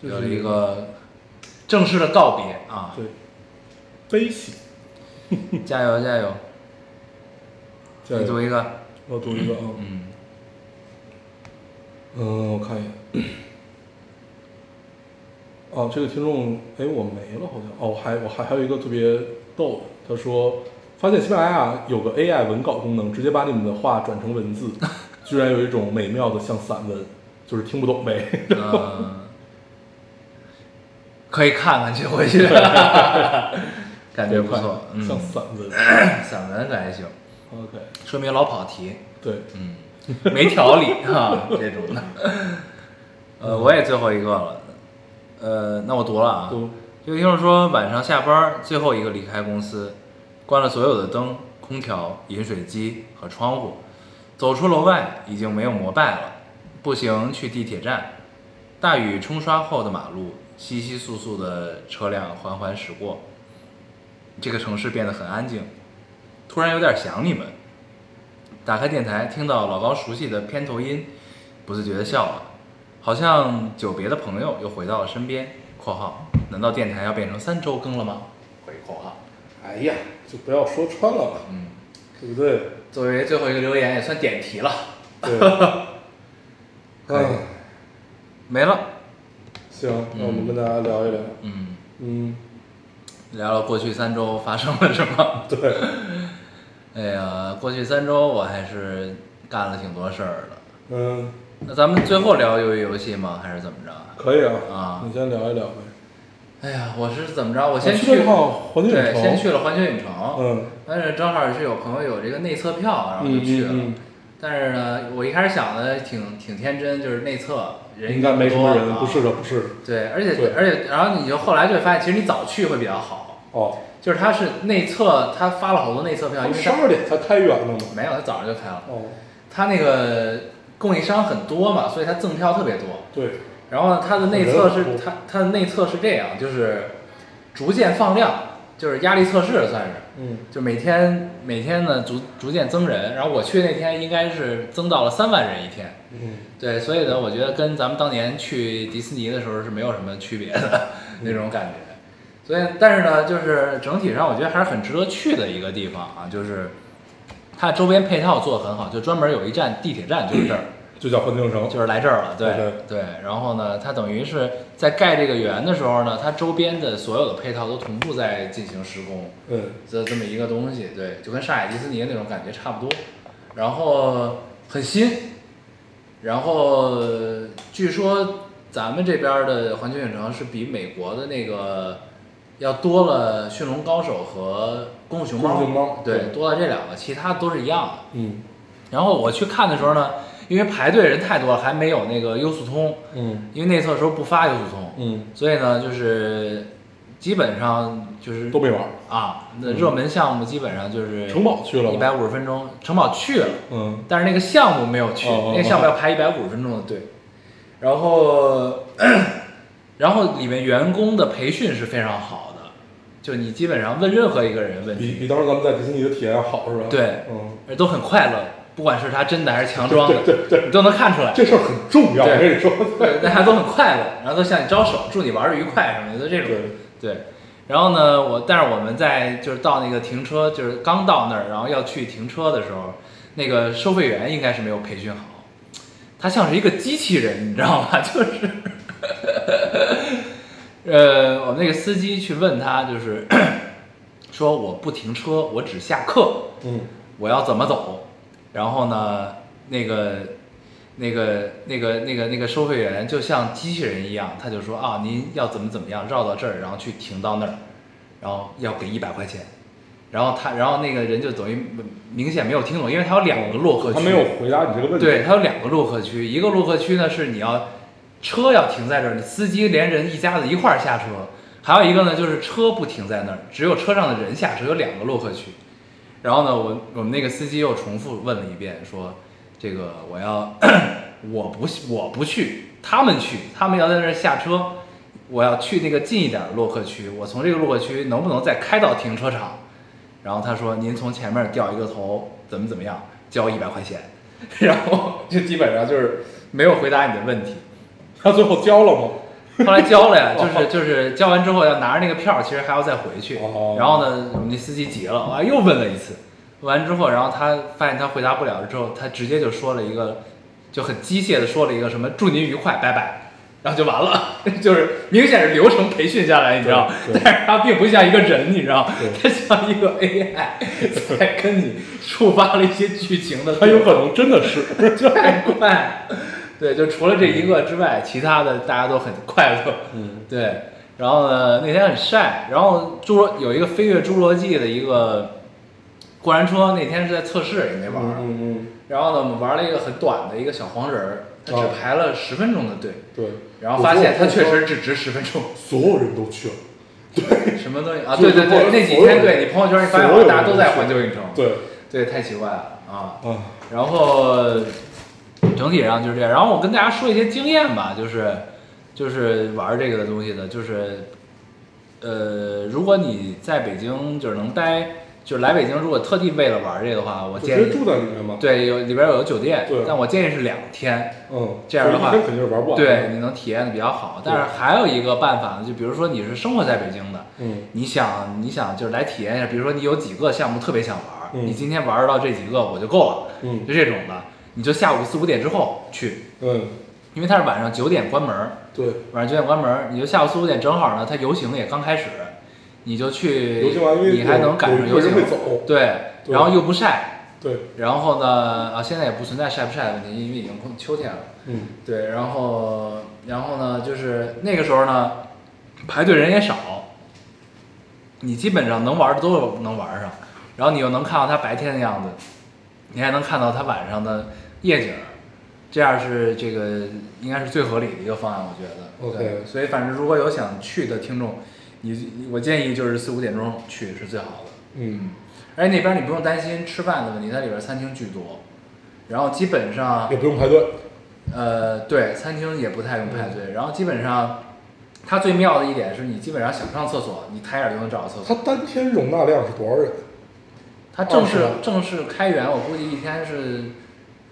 Speaker 2: 有了一个正式的告别啊！
Speaker 3: 对，悲喜。
Speaker 2: 加油加油！
Speaker 3: 加
Speaker 2: 你
Speaker 3: 油
Speaker 2: 读一个，
Speaker 3: 我读一个啊，
Speaker 2: 嗯
Speaker 3: 嗯，我看一眼。 [CLEARS THROAT] 啊，这个听众，哎，我没了，好像。哦，我还我还还有一个特别逗的，他说发现喜马拉雅啊有个 AI 文稿功能，直接把你们的话转成文字， [LAUGHS] 居然有一种美妙的像散文，就是听不懂呗。 [LAUGHS]
Speaker 2: 呃，可以看看去，回去 [LAUGHS] 感觉不错，嗯，
Speaker 3: 像散文。
Speaker 2: 散文感觉行，
Speaker 3: OK，
Speaker 2: 说明老跑题，
Speaker 3: 对，
Speaker 2: 嗯， [LAUGHS] 没条理啊，这种的。呃，我也最后一个了，呃，那我读了啊。
Speaker 3: 读
Speaker 2: 有听众说晚上下班儿最后一个离开公司，关了所有的灯、空调、饮水机和窗户，走出楼外已经没有摩拜了，步行去地铁站。大雨冲刷后的马路，稀稀簌簌的车辆缓缓驶过，这个城市变得很安静。突然有点想你们，打开电台，听到老高熟悉的片头音，不自觉的笑了，好像久别的朋友又回到了身边。（括号）难道电台要变成三周更了吗？回括号。
Speaker 3: 哎呀，就不要说穿了嘛，
Speaker 2: 嗯，
Speaker 3: 对不对？
Speaker 2: 作为最后一个留言也算点题了，
Speaker 3: [LAUGHS] 对。
Speaker 2: 可以
Speaker 3: 哎
Speaker 2: 没了。
Speaker 3: 行，那我们跟大家聊一聊。
Speaker 2: 嗯，
Speaker 3: 嗯，
Speaker 2: 聊聊过去三周发生了什么。
Speaker 3: 对，
Speaker 2: 哎呀，过去三周我还是干了挺多事儿的。
Speaker 3: 嗯，
Speaker 2: 那咱们最后聊鱿鱼游戏吗？还是怎么着？
Speaker 3: 可以啊。
Speaker 2: 啊
Speaker 3: 你先聊一聊呗。
Speaker 2: 哎呀，我是怎么着？我先
Speaker 3: 啊
Speaker 2: 去
Speaker 3: 去了趟环球影城
Speaker 2: 对，先去了环球影城。
Speaker 3: 嗯
Speaker 2: 但是正好是有朋友有这个内测票，然后
Speaker 3: 嗯
Speaker 2: 啊就去了。
Speaker 3: 嗯
Speaker 2: 但是呢，我一开始想的挺挺天真，就是内测
Speaker 3: 嗯，
Speaker 2: 人
Speaker 3: 应该没什么
Speaker 2: 多
Speaker 3: 人，
Speaker 2: 啊
Speaker 3: 不是的，不是的。
Speaker 2: 对，而且
Speaker 3: 对
Speaker 2: 而且，然后你就后来就会发现，其实你早去会比较好。
Speaker 3: 哦，
Speaker 2: 就是他是内测，他发了好多内测票，因为
Speaker 3: 十
Speaker 2: 他
Speaker 3: 二点才开园呢嘛。
Speaker 2: 没有，他早上就开了。
Speaker 3: 哦，
Speaker 2: 他那个供应商很多嘛，所以他赠票特别多。
Speaker 3: 对，
Speaker 2: 然后呢，它的内测是
Speaker 3: 人很多
Speaker 2: 它它的内测是这样，就是逐渐放量，就是压力测试算是。
Speaker 3: 嗯，
Speaker 2: 就每天每天呢逐逐渐增人，然后我去那天应该是增到了三万人一天，
Speaker 3: 嗯，
Speaker 2: 对，所以呢，我觉得跟咱们当年去迪士尼的时候是没有什么区别的 [LAUGHS] 那种感觉。所以，但是呢，就是整体上我觉得还是很值得去的一个 [CLEARS THROAT] 地方啊，就是它周边配套做得很好，就专门有一站地铁站就是这儿，
Speaker 3: 就叫环境城，
Speaker 2: 就是来这儿了，对
Speaker 3: OK
Speaker 2: 对。然后呢，它等于是在盖这个园的时候呢，它周边的所有的配套都同步在进行施工，
Speaker 3: 嗯，
Speaker 2: 这这么一个东西，对，就跟上海迪士尼那种感觉差不多。然后很新，然后据说咱们这边的环球影城是比美国的那个要多了《驯龙高手》和《功夫熊猫》，
Speaker 3: 功夫熊猫
Speaker 2: 对，
Speaker 3: 对
Speaker 2: 多了这两个，其他都是一样的。
Speaker 3: 嗯
Speaker 2: 然后我去看的时候呢，因为排队人太多了，还没有那个优速通，
Speaker 3: 嗯
Speaker 2: 因为内测的时候不发优速通，
Speaker 3: 嗯，
Speaker 2: 所以呢，就是基本上就是
Speaker 3: 都没玩儿，
Speaker 2: 啊，那热门项目基本上就是
Speaker 3: 城堡去了
Speaker 2: 一
Speaker 3: 吗
Speaker 2: 百五十分钟，城堡去了，
Speaker 3: 嗯
Speaker 2: 但是那个项目没有去，
Speaker 3: 哦哦哦
Speaker 2: 那个项目要排一百五十分钟的队，然后然后里面员工的培训是非常好的，就你基本上问任何一个人问
Speaker 3: 比
Speaker 2: 题，
Speaker 3: 比当时咱们在迪士尼的体验要好是吧？
Speaker 2: 对
Speaker 3: 嗯，
Speaker 2: 而都很快乐，不管是他真的还是强装的，
Speaker 3: 对对对
Speaker 2: 你都能看出来。
Speaker 3: 这事儿很重要，我
Speaker 2: 对
Speaker 3: 跟你说，
Speaker 2: [LAUGHS] 对，大家都很快乐，然后都向你招手，祝你玩的愉快什么的，就这种。
Speaker 3: 对
Speaker 2: 对然后呢，我但是我们在就是到那个停车，就是刚到那儿，然后要去停车的时候，那个收费员应该是没有培训好，他像是一个机器人，你知道吗？ [LAUGHS] 就是，呃，我们那个司机去问他，就是 [COUGHS] 说我不停车，我只下课。
Speaker 3: 嗯
Speaker 2: 我要怎么走，然后呢，那个那个那个那个那个收费员就像机器人一样，他就说啊，您要怎么怎么样绕到这儿，然后去停到那儿，然后要给一百块钱，然后他然后那个人就等于明明显没有听懂，因为他有两个落客区，
Speaker 3: 他没有回答你这个问题，
Speaker 2: 对，它有两个落客区，一个落客区呢是你要车要停在这儿，司机连人一家子一块儿下车；还有一个呢就是车不停在那儿，只有车上的人下车，有两个落客区。然后呢，我我们那个司机又重复问了一遍，说这个我要我不我不去，他们去，他们要在那儿下车，我要去那个近一点儿落客区，我从这个落客区能不能再开到停车场？然后他说您从前面掉一个头，怎么怎么样，交一百块钱，然后就基本上就是没有回答你的问题。
Speaker 3: 他最后交了吗？
Speaker 2: [LAUGHS] 后来交了呀，就是就是交完之后要拿着那个票，其实还要再回去。
Speaker 3: 哦
Speaker 2: 然后呢，我们那司机急了，啊，又问了一次，问完之后，然后他发现他回答不了之后，他直接就说了一个，就很机械的说了一个什么“祝您愉快，拜拜”，然后就完了， [LAUGHS] 就是明显是流程培训下来，你知道，
Speaker 3: 对对
Speaker 2: 但是他并不像一个人，你知道， [LAUGHS] 他
Speaker 3: 对
Speaker 2: 像一个 AI 在跟你触发了一些剧情
Speaker 3: [LAUGHS]
Speaker 2: 的，
Speaker 3: 他有可能真的是， [LAUGHS]
Speaker 2: [LAUGHS] 太快。对，就除了这一个之外，其他的大家都很快乐。
Speaker 3: 嗯
Speaker 2: 对，然后呢，那天很晒，然后侏罗有一个飞跃侏罗纪的一个过山车，那天是在测试也没玩儿。
Speaker 3: 嗯嗯，
Speaker 2: 然后呢，我们玩了一个很短的一个小黄人儿，他只
Speaker 3: 哦
Speaker 2: 排了十分钟的队，
Speaker 3: 对，
Speaker 2: 然后发现他确实只值十分钟。
Speaker 3: 所有人都去了，
Speaker 2: [LAUGHS] 什么东西啊？
Speaker 3: 就
Speaker 2: 对
Speaker 3: 是
Speaker 2: 对
Speaker 3: 所有
Speaker 2: 对，那几
Speaker 3: 所有
Speaker 2: 天
Speaker 3: 人
Speaker 2: 对你朋友圈你发现
Speaker 3: 所有人
Speaker 2: 大家都
Speaker 3: 都
Speaker 2: 在
Speaker 3: 去
Speaker 2: 环球影城。
Speaker 3: 对
Speaker 2: 对，太奇怪了啊！
Speaker 3: 啊，
Speaker 2: 然后整体上就是这样。然后我跟大家说一些经验吧，就是就是玩这个的东西的，就是呃，如果你在北京就是能待，就是来北京，如果特地为了玩这个的话，我
Speaker 3: 就
Speaker 2: 建
Speaker 3: 直接
Speaker 2: 议
Speaker 3: 住在里面嘛，
Speaker 2: 对有里边有酒店
Speaker 3: 对，
Speaker 2: 但我建议是两天，
Speaker 3: 嗯，
Speaker 2: 这样的话
Speaker 3: 就一天肯定是玩不完，
Speaker 2: 对，你能体验的比较好。但是还有一个办法呢，就比如说你是生活在北京的，
Speaker 3: 嗯
Speaker 2: 你想你想就是来体验一下，比如说你有几个项目特别想玩，
Speaker 3: 嗯
Speaker 2: 你今天玩到这几个我就够了，
Speaker 3: 嗯
Speaker 2: 就这种的，你就下午四五点之后去，
Speaker 3: 嗯，
Speaker 2: 因为它是晚上九点关门儿，
Speaker 3: 对，
Speaker 2: 晚上九点关门儿，你就下午四五点正好呢，它游行也刚开始，你就去，
Speaker 3: 游行完因为
Speaker 2: 你还能赶上
Speaker 3: 有
Speaker 2: 游行
Speaker 3: 有人会走
Speaker 2: 对，
Speaker 3: 对
Speaker 2: 然后又不晒，
Speaker 3: 对，
Speaker 2: 然后呢啊，现在也不存在晒不晒的问题，因为已经秋天了，
Speaker 3: 嗯
Speaker 2: 对，然后然后呢，就是那个时候呢，排队人也少，你基本上能玩的都能玩上，然后你又能看到它白天的样子，你还能看到它晚上的夜景儿，这样是这个应该是最合理的一个方案，我觉得。
Speaker 3: OK
Speaker 2: 对所以反正如果有想去的听众，你你我建议就是四五点钟去是最好的。
Speaker 3: 嗯，
Speaker 2: 而且那边你不用担心吃饭的问题，它里边餐厅巨多，然后基本上
Speaker 3: 也不用排队，
Speaker 2: 呃，对，餐厅也不太用排
Speaker 3: 嗯
Speaker 2: 队，然后基本上，它最妙的一点是你基本上想上厕所，你抬眼就能找到厕
Speaker 3: 它
Speaker 2: 所。
Speaker 3: 单天容纳量是多少人？
Speaker 2: 它正
Speaker 3: 20
Speaker 2: 式
Speaker 3: 万
Speaker 2: 正式开园，我估计一天是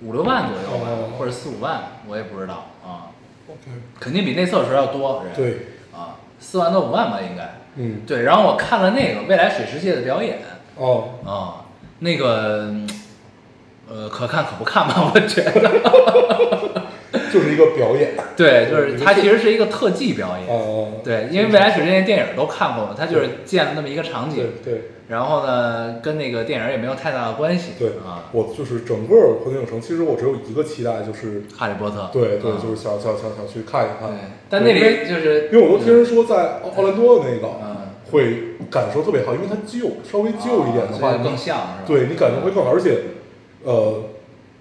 Speaker 2: 五六万左右吧
Speaker 3: 哦，
Speaker 2: 或者四五万，我也不知道啊，
Speaker 3: OK，
Speaker 2: 肯定比内测的时候要多人。
Speaker 3: 对，
Speaker 2: 啊，四万到五万吧，应该。
Speaker 3: 嗯，
Speaker 2: 对，然后我看了那个未来水世界的表演
Speaker 3: 哦，
Speaker 2: 啊，那个嗯呃，可看可不看吧，我
Speaker 3: [LAUGHS]
Speaker 2: 觉得。
Speaker 3: 就是一个表演啊
Speaker 2: 对，就是它其实是一个特技表演。对，因为未来水这些电影都看过嘛，它就是建了那么一个场
Speaker 3: 对
Speaker 2: 景，
Speaker 3: 对
Speaker 2: 然后呢，跟那个电影也没有太大的关系。
Speaker 3: 对
Speaker 2: 啊，
Speaker 3: 我就是整个环球影城，其实我只有一个期待，就是
Speaker 2: 哈利波特。
Speaker 3: 对对，
Speaker 2: 啊
Speaker 3: 就是想想想想去看一
Speaker 2: 对
Speaker 3: 看，，
Speaker 2: 但那
Speaker 3: 因为
Speaker 2: 里嗯就是
Speaker 3: 因为我都听人说在奥奥兰多那个
Speaker 2: 嗯
Speaker 3: 会感受特别好，因为它旧，稍微旧一点的
Speaker 2: 啊
Speaker 3: 话，
Speaker 2: 所以更像是吧？
Speaker 3: 对你感觉会更好，而且，呃，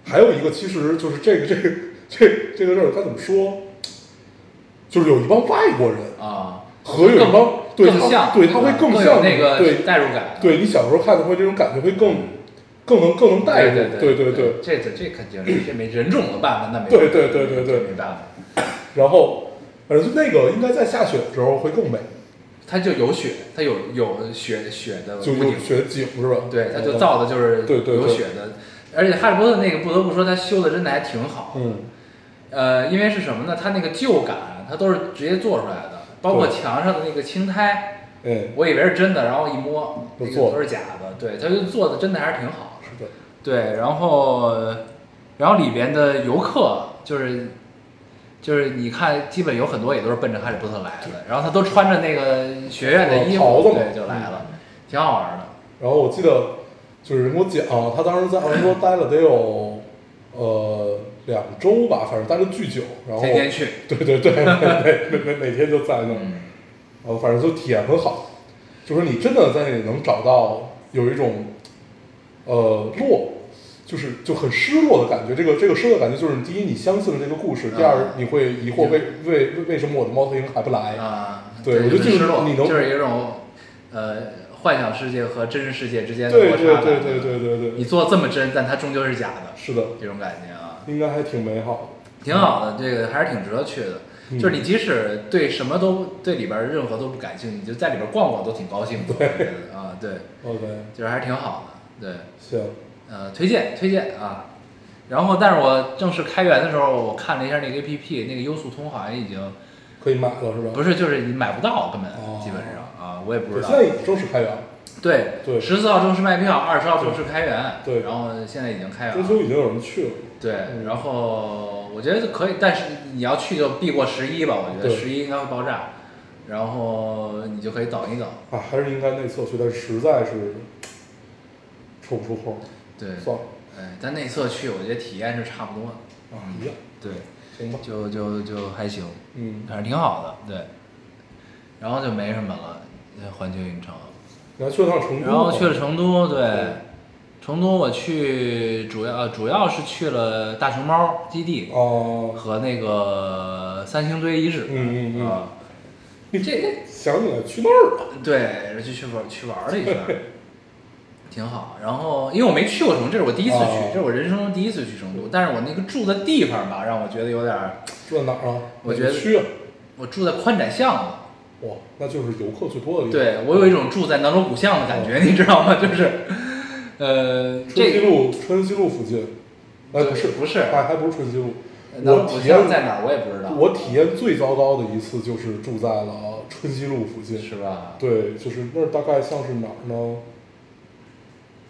Speaker 3: 还有一个其实就是这个这个这个这个事儿该怎么说，就是有一帮外国人
Speaker 2: 啊，
Speaker 3: 和有一帮对
Speaker 2: 更像，
Speaker 3: 他对他会
Speaker 2: 更有
Speaker 3: 像
Speaker 2: 那个
Speaker 3: 对
Speaker 2: 代入感。
Speaker 3: 对你小时候看的会这种感觉会更更能更能带
Speaker 2: 对
Speaker 3: 入，
Speaker 2: 对
Speaker 3: 对
Speaker 2: 对，这这这肯定是这没人种的办法，那没
Speaker 3: 对对对对对
Speaker 2: 这没办法，
Speaker 3: 然后反正就那个应该在下雪的时候会更美，
Speaker 2: 它就有雪，它有有雪雪的屋
Speaker 3: 就有
Speaker 2: 顶，
Speaker 3: 雪景是吧？哦
Speaker 2: 对，它就造的就是
Speaker 3: 嗯对对对
Speaker 2: 有雪的，而且哈利波特那个不得不说，它修的真的还挺好，
Speaker 3: 嗯，
Speaker 2: 呃，因为是什么呢？它那个旧感，它都是直接做出来的，包括
Speaker 3: 对
Speaker 2: 墙上的那个青苔，
Speaker 3: 哎，
Speaker 2: 我以为是真的，然后一摸，
Speaker 3: 都
Speaker 2: 那个
Speaker 3: 做的
Speaker 2: 都是假的，对，它就做的真的还是挺好的。
Speaker 3: 是的，
Speaker 2: 对，然后然后里边的游客就是就是你看，基本有很多也都是奔着哈利波特来的，然后他都穿着那个学院的衣
Speaker 3: 哦袍
Speaker 2: 服，
Speaker 3: 子嘛嗯
Speaker 2: 对，就来了，挺好玩的。
Speaker 3: 然后我记得就是人给我讲，他当时在奥兰多待了得有呃两周吧，反正待了巨久，然后
Speaker 2: 天天去，
Speaker 3: [LAUGHS] 对对对，每每每每天就在那儿，
Speaker 2: 嗯，
Speaker 3: 呃，反正就体验很好，就是你真的在那里能找到有一种呃落。就是就很失落的感觉，这个这个失落的感觉就是，第一你相信了这个故事，第二
Speaker 2: 啊
Speaker 3: 你会疑惑为为为为什么我的猫头鹰还不来？
Speaker 2: 啊，
Speaker 3: 对我觉得
Speaker 2: 就
Speaker 3: 这
Speaker 2: 是
Speaker 3: 个
Speaker 2: 失落，
Speaker 3: 你能
Speaker 2: 就是有一种呃幻想世界和真实世界之间的
Speaker 3: 对
Speaker 2: 摩
Speaker 3: 对
Speaker 2: 擦感，
Speaker 3: 对对对对对，
Speaker 2: 你做这么真，但它终究是假的，
Speaker 3: 是的，
Speaker 2: 这种感觉啊，
Speaker 3: 应该还挺美好的。
Speaker 2: 挺好的，这个还是挺值得去的。
Speaker 3: 嗯
Speaker 2: 就是你即使对什么都对里边儿任何都不感兴趣，你就在里边儿逛逛都挺高兴的。我觉得啊，对，
Speaker 3: OK，
Speaker 2: 就是还是挺好的。对，
Speaker 3: 行，
Speaker 2: 呃，推荐推荐啊。然后，但是我正式开园的时候，我看了一下那个 A P P，那个优速通好像已经
Speaker 3: 可以买了是吧？
Speaker 2: 不是，就是你买不到，根本、
Speaker 3: 哦
Speaker 2: 基本上啊，我也不
Speaker 3: 对，
Speaker 2: 知道
Speaker 3: 现。在已经正式开园，
Speaker 2: 对
Speaker 3: 对
Speaker 2: 十四号正式卖票，二十号正式开园。
Speaker 3: 对对
Speaker 2: 然后现在已经开园
Speaker 3: 中
Speaker 2: 了。
Speaker 3: 秋已经有人去了。
Speaker 2: 对
Speaker 3: 嗯，
Speaker 2: 然后我觉得可以，但是你要去就避过十一吧，我觉得
Speaker 3: 对
Speaker 2: 十一应该会爆炸，然后你就可以等一等。
Speaker 3: 啊，还是应该内测去，但实在是抽不出空，
Speaker 2: 对，
Speaker 3: 算了
Speaker 2: 哎，但内测去，我觉得体验是差不多的。
Speaker 3: 啊，
Speaker 2: 嗯
Speaker 3: 一样，
Speaker 2: 对，
Speaker 3: 行吧，
Speaker 2: 就就就还行，
Speaker 3: 嗯，
Speaker 2: 反正挺好的。对，然后就没什么了，呃环球影城。
Speaker 3: 你还去了趟成都，
Speaker 2: 然后去了，成都，对
Speaker 3: 对，
Speaker 2: 成都我去主要呃主要是去了大熊猫基地
Speaker 3: 哦、
Speaker 2: 和那个三星堆遗址。
Speaker 3: 嗯嗯嗯
Speaker 2: 啊，这
Speaker 3: 想起来去那儿了，
Speaker 2: 对，就去玩去玩
Speaker 3: [LAUGHS]
Speaker 2: 了一圈儿，挺好。然后因为我没去过成都，这是我第一次去，
Speaker 3: 哦
Speaker 2: 这是我人生中第一次去成都。但是我那个住的地方吧，让我觉得有点儿，
Speaker 3: 住在哪儿啊？
Speaker 2: 我觉得
Speaker 3: 去啊，
Speaker 2: 我住在宽窄巷子，
Speaker 3: 哇，那就是游客最多的地方。
Speaker 2: 对我有一种住在南锣鼓巷的感
Speaker 3: 嗯
Speaker 2: 觉，你知道吗？就是，呃，
Speaker 3: 春熙
Speaker 2: 这
Speaker 3: 路，春熙路附近，哎，不是
Speaker 2: 不是
Speaker 3: 还还不是春熙路，
Speaker 2: 南锣
Speaker 3: 我
Speaker 2: 鼓
Speaker 3: 体
Speaker 2: 巷在
Speaker 3: 验
Speaker 2: 哪儿我也不知道，
Speaker 3: 我体验最糟糕的一次就是住在了春熙路附近，
Speaker 2: 是吧？
Speaker 3: 对，就是那儿大概像是哪儿呢？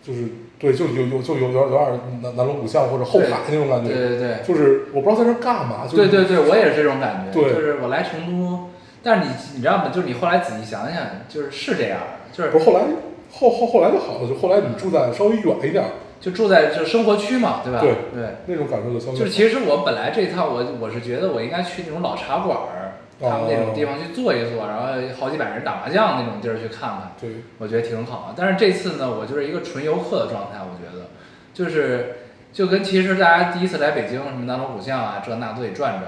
Speaker 3: 就是对，就有有就有有点有点南南锣鼓巷或者后海那种感
Speaker 2: 对
Speaker 3: 觉，
Speaker 2: 对对，
Speaker 3: 就是我不知道在那儿干嘛，就是
Speaker 2: [LAUGHS] 对对对，我也是这种感觉，
Speaker 3: 对
Speaker 2: 就是我来成都，但是你你知道吗？就是你后来仔细想想，就是是这样儿，就是
Speaker 3: 不是后来后后后来就好了，就后来你住在稍微远一点儿，
Speaker 2: 就住在就生活区嘛，对吧？
Speaker 3: 对
Speaker 2: 对，
Speaker 3: 那种感受就消
Speaker 2: 就
Speaker 3: 灭
Speaker 2: 是
Speaker 3: 了。
Speaker 2: 其实我本来这一趟我我是觉得我应该去那种老茶馆儿，他们那种地方去坐一坐，然后好几百人打麻将那种地儿去看看，
Speaker 3: 对，
Speaker 2: 我觉得挺好。但是这次呢，我就是一个纯游客的状态，我觉得就是就跟其实大家第一次来北京，什么南锣鼓巷啊，这那都得转转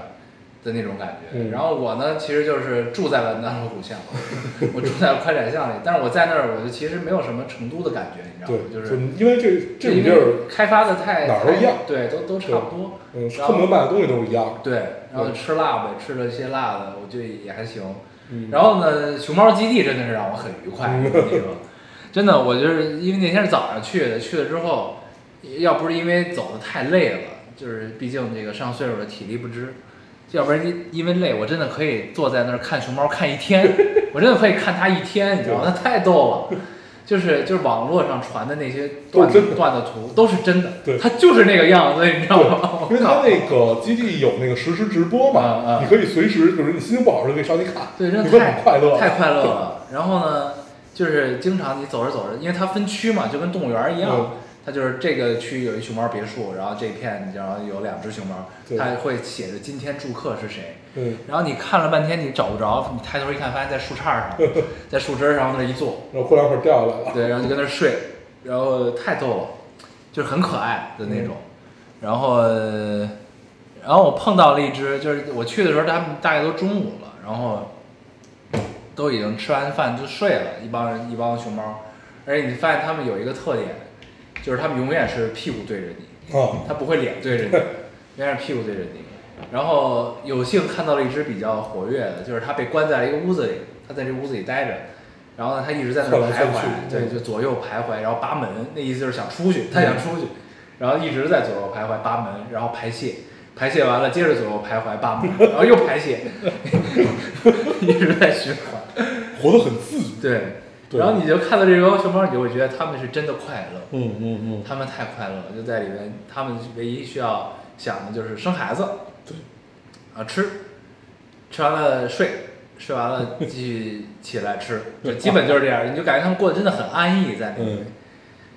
Speaker 2: 的那种感觉。
Speaker 3: 嗯
Speaker 2: 然后我呢，其实就是住在了南锣鼓巷， [LAUGHS] 我住在了宽窄巷里，但是我在那儿，我就其实没有什么成都的感觉，你知道吗？
Speaker 3: 对，
Speaker 2: 就
Speaker 3: 就是因为这这种地儿，
Speaker 2: 开发的太
Speaker 3: 哪儿都一样
Speaker 2: 太对，都都差不多。
Speaker 3: 嗯，
Speaker 2: 然
Speaker 3: 恨不得
Speaker 2: 后
Speaker 3: 卖的东西都是一样。
Speaker 2: 对，然后
Speaker 3: 对
Speaker 2: 吃辣呗，吃了一些辣的，我觉得也还行。
Speaker 3: 嗯，
Speaker 2: 然后呢，熊猫基地真的是让我很愉快， [LAUGHS] 我跟你说，真的，我就是因为那天是早上去的，去了之后，要不是因为走的太累了，就是毕竟这个上岁数了体力不支，要不然因因为累，我真的可以坐在那儿看熊猫看一天，我真的可以看它一天，你知道吗？它太逗了。就是就是网络上传的那些
Speaker 3: 都
Speaker 2: 段
Speaker 3: 是真的
Speaker 2: 段子图都是真的，
Speaker 3: 对
Speaker 2: 它就是那个样子，你知道吗？
Speaker 3: 因为他那个基地有那个实时直播
Speaker 2: 哦啊
Speaker 3: 嘛，
Speaker 2: 啊
Speaker 3: 你可以随时，就是你心情不好的时候可以上去看，
Speaker 2: 对，真
Speaker 3: 你
Speaker 2: 的
Speaker 3: 会
Speaker 2: 太
Speaker 3: 很快乐，
Speaker 2: 太快
Speaker 3: [LAUGHS]
Speaker 2: 乐了。然后呢，就是经常你走着走着，因为它分区嘛，就跟动物园儿一样，
Speaker 3: 嗯
Speaker 2: 它就是这个区有一熊猫别墅，然后这一片然后有两只熊猫，
Speaker 3: 对
Speaker 2: 它会写着今天住客是谁。
Speaker 3: 嗯，
Speaker 2: 然后你看了半天，你找不着，你抬头一看，发现在树杈上，
Speaker 3: [LAUGHS]
Speaker 2: 在树枝儿上往那儿一坐，
Speaker 3: 然后过两会儿掉下来了，
Speaker 2: 对，然后就跟那儿睡，然后太逗了，就是很可爱的那种。然后，呃然后我碰到了一只，就是我去的时候，他们大概都中午了，然后都已经吃完饭就睡了，一帮人一帮熊猫，而且你发现它们有一个特点，就是它们永远是屁股对着你，
Speaker 3: 啊，
Speaker 2: 它不会脸对着你， [LAUGHS] 永远是屁股对着你。然后有幸看到了一只比较活跃的，就是它被关在了一个屋子里，它在这屋子里待着，然后呢，它一直在那儿
Speaker 3: 窜来
Speaker 2: 徘
Speaker 3: 窜
Speaker 2: 徊，
Speaker 3: 去
Speaker 2: 对，
Speaker 3: 嗯
Speaker 2: 就左右徘徊，然后扒门，那意思就是想出去，它想出
Speaker 3: [LAUGHS]
Speaker 2: 去，然后一直在左右徘徊扒门，然后排泄，排泄完了接着左右徘徊
Speaker 3: [LAUGHS]
Speaker 2: 扒门，然后又排泄， [LAUGHS] 一直在循环，
Speaker 3: 活得很自由，
Speaker 2: 对。
Speaker 3: 对
Speaker 2: 然后你就看到这帮熊猫，你就会觉得它们是真的快乐，
Speaker 3: 嗯嗯嗯，
Speaker 2: 他们太快乐了，就在里面，他们唯一需要想的就是生孩子，
Speaker 3: 对，
Speaker 2: 啊吃，吃完了睡，睡完了
Speaker 3: [LAUGHS]
Speaker 2: 继续起来吃，就基本就是这样，你就感觉他们过得真的很安逸在那里。
Speaker 3: 嗯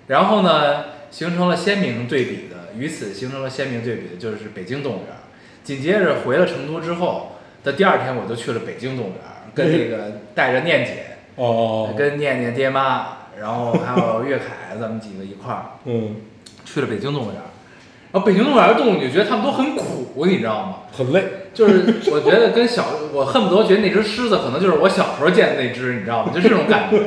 Speaker 2: 然后呢，形成了鲜明对比的，与此形成了鲜明对比的就是北京动物园儿。紧接着回了成都之后的第二天，我就去了北京动物园儿，跟那个带着念姐、
Speaker 3: 哦，
Speaker 2: 跟念念爹妈，然后还有岳凯，咱们几个一块儿。
Speaker 3: 嗯，
Speaker 2: 去了北京动物园儿，然后北京动物园儿的动物，你就觉得它们都很苦，你知道吗？
Speaker 3: 很累，
Speaker 2: 就是 [LAUGHS] 我觉得跟小，我恨不得觉得那只狮子可能就是我小时候见的那只，你知道吗？就这种感觉。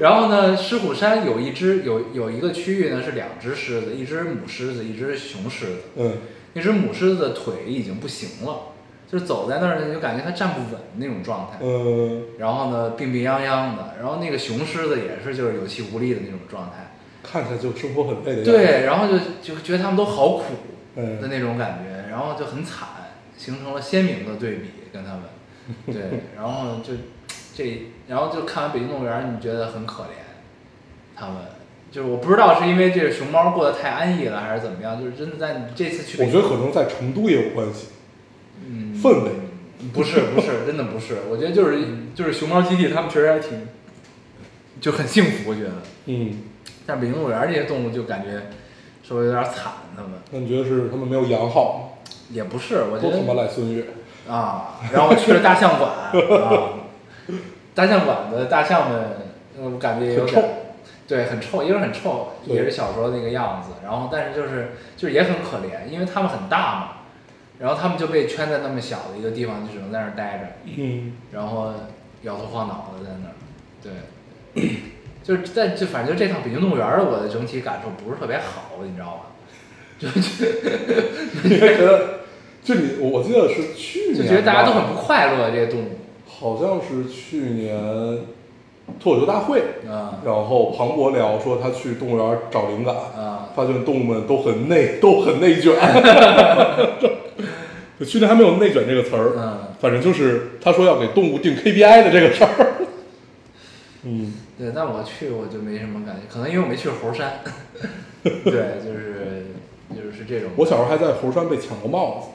Speaker 2: 然后呢，狮虎山有一只有有一个区域呢是两只狮子，一只母狮子，一只雄狮子。
Speaker 3: 嗯，
Speaker 2: 那只母狮子的腿已经不行了，就是走在那儿呢，你就感觉它站不稳那种状态。
Speaker 3: 嗯，
Speaker 2: 然后呢，病病殃殃的。然后那个雄狮子也是就是有气无力的那种状态。
Speaker 3: 看起来就生活很累的样子，
Speaker 2: 对，然后就就觉得他们都好苦
Speaker 3: 嗯
Speaker 2: 的那种感觉，然后就很惨，形成了鲜明的对比
Speaker 3: [LAUGHS]
Speaker 2: 跟他们。对，然后就这，然后就看完《北京动物园》，你觉得很可怜，他们就是我不知道是因为这个熊猫过得太安逸了，还是怎么样，就是真的在你这次去
Speaker 3: 我
Speaker 2: 北
Speaker 3: 觉
Speaker 2: 京，
Speaker 3: 得可能在成都也有关系，
Speaker 2: 嗯，
Speaker 3: 氛围，
Speaker 2: 不是不是，真的不是，我觉得就是就是熊猫基地，他们确实还挺就很幸福，我觉得，
Speaker 3: 嗯，
Speaker 2: 但北京动物园这些动物就感觉稍微有点惨，他们。
Speaker 3: 那你觉得是他们没有养好吗？
Speaker 2: 也不是，我觉
Speaker 3: 都他妈
Speaker 2: 得
Speaker 3: 赖
Speaker 2: [LAUGHS]
Speaker 3: 孙悦，
Speaker 2: 啊，然后我去了大
Speaker 3: [LAUGHS]
Speaker 2: 象馆啊，大象馆的大象们，呃我感觉也有点
Speaker 3: 很臭
Speaker 2: 对，很臭，因为很臭，
Speaker 3: 对
Speaker 2: 也是小时候那个样子。然后，但是就是就是也很可怜，因为它们很大嘛，然后它们就被圈在那么小的一个地方，就只能在那儿待着，
Speaker 3: 嗯，
Speaker 2: 然后摇头晃脑的在那儿，对。 [CLEARS THROAT] 就是，但就反正就这趟北京动物园儿的，我的整体感受不是特别好，你知道吗？就
Speaker 3: 你还觉得，就你，我记得是去年吧，
Speaker 2: 就觉得大家都很不快乐，这些动物。
Speaker 3: 好像是去年脱口秀大会，
Speaker 2: 啊
Speaker 3: 然后庞博聊说他去动物园找灵感，
Speaker 2: 啊
Speaker 3: 发现动物们都很内，都很内卷。 [LAUGHS] 就去年还没有“内卷”这个词儿，
Speaker 2: 嗯
Speaker 3: 反正就是他说要给动物定 KPI 的这个事儿。嗯，
Speaker 2: 对，但我去我就没什么感觉，可能因为我没去猴山。 [LAUGHS] 对，就是就是是这种。
Speaker 3: 我小时候还在猴山被抢过帽子，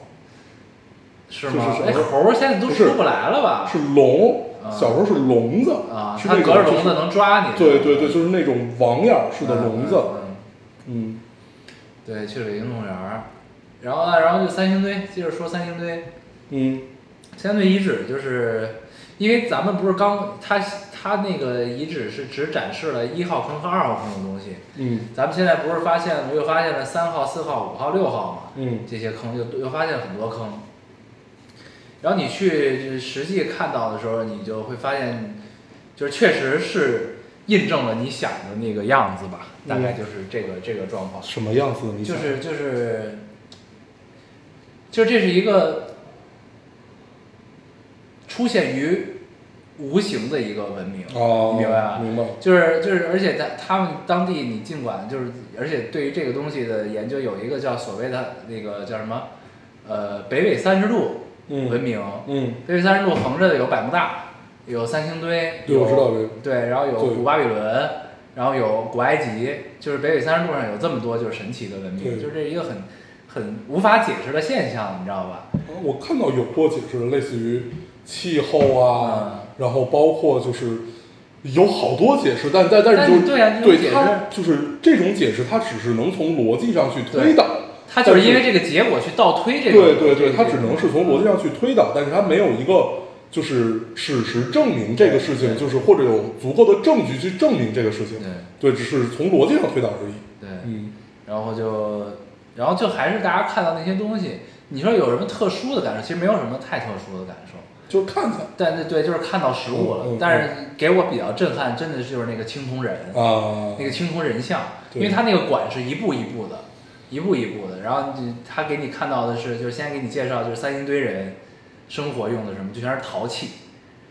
Speaker 2: 是吗？
Speaker 3: 就是呃
Speaker 2: 哎，猴儿现在都
Speaker 3: 不是
Speaker 2: 出不来了吧？
Speaker 3: 是龙，
Speaker 2: 啊
Speaker 3: 小时候是笼子
Speaker 2: 啊，
Speaker 3: 是
Speaker 2: 它
Speaker 3: 那
Speaker 2: 隔着
Speaker 3: 种
Speaker 2: 笼子能抓你。
Speaker 3: 对对对，就是那种网眼儿式的笼子。
Speaker 2: 嗯嗯嗯
Speaker 3: 嗯，
Speaker 2: 对，去北京动物园儿，然后呢，然后就三星堆，接着说三星堆。
Speaker 3: 嗯，
Speaker 2: 三星堆遗址就是，因为咱们不是刚它它那个遗址是只展示了一号坑和二号坑的东西，
Speaker 3: 嗯
Speaker 2: 咱们现在不是发现了又发现了三号、四号、五号、六号嘛？
Speaker 3: 嗯
Speaker 2: 这些坑又又发现很多坑。然后你去实际看到的时候，你就会发现，就是确实是印证了你想的那个样子吧，大概就是这个这个状况。
Speaker 3: 什么样子的理
Speaker 2: 就
Speaker 3: 想？
Speaker 2: 是就是，就这是一个出现于无形的一个文明，
Speaker 3: 哦
Speaker 2: 你明白啊吧？
Speaker 3: 明白
Speaker 2: 就是就是，而且在他们当地，你尽管就是，而且对于这个东西的研究有一个叫所谓的那个叫什么，呃，北纬三十度
Speaker 3: 嗯
Speaker 2: 文明，
Speaker 3: 嗯，
Speaker 2: 北纬三十度横着的有百慕大，有三星堆，
Speaker 3: 对我知道这个
Speaker 2: 对，然后有
Speaker 3: 对
Speaker 2: 古巴比伦，然后有古埃及，就是北纬三十度上有这么多就是神奇的文明，
Speaker 3: 对
Speaker 2: 就是这一个很很无法解释的现象，你知道吧？
Speaker 3: 啊我看到有过解释，类似于气候
Speaker 2: 嗯
Speaker 3: 啊，然后包括就是有好多解释，但但但
Speaker 2: 但
Speaker 3: 是就是
Speaker 2: 对啊这种解
Speaker 3: 对
Speaker 2: 释
Speaker 3: 它就是这种解释，它只是能从逻辑上去推导，
Speaker 2: 它就是
Speaker 3: 但
Speaker 2: 因为这个结果去倒推这个，
Speaker 3: 对对对，
Speaker 2: 这个
Speaker 3: 它只能是从逻辑上去推导，但是它没有一个就是事实证明这个事情，就是或者有足够的证据去证明这个事情，对，只是从逻辑上推导而已。
Speaker 2: 对对，
Speaker 3: 嗯，
Speaker 2: 然后就，然后就还是大家看到那些东西，你说有什么特殊的感受？其实没有什么太特殊的感受，
Speaker 3: 就看看
Speaker 2: 但是对，就是看到实物了。
Speaker 3: 嗯嗯
Speaker 2: 但是给我比较震撼，真的就是那个青铜人，
Speaker 3: 啊
Speaker 2: 那，个青铜人像，因
Speaker 3: 对
Speaker 2: 为他那个馆是一步一步的，一步一步的。然后你他给你看到的是，就是先给你介绍，就是三星堆人生活用的什么，就全是陶器。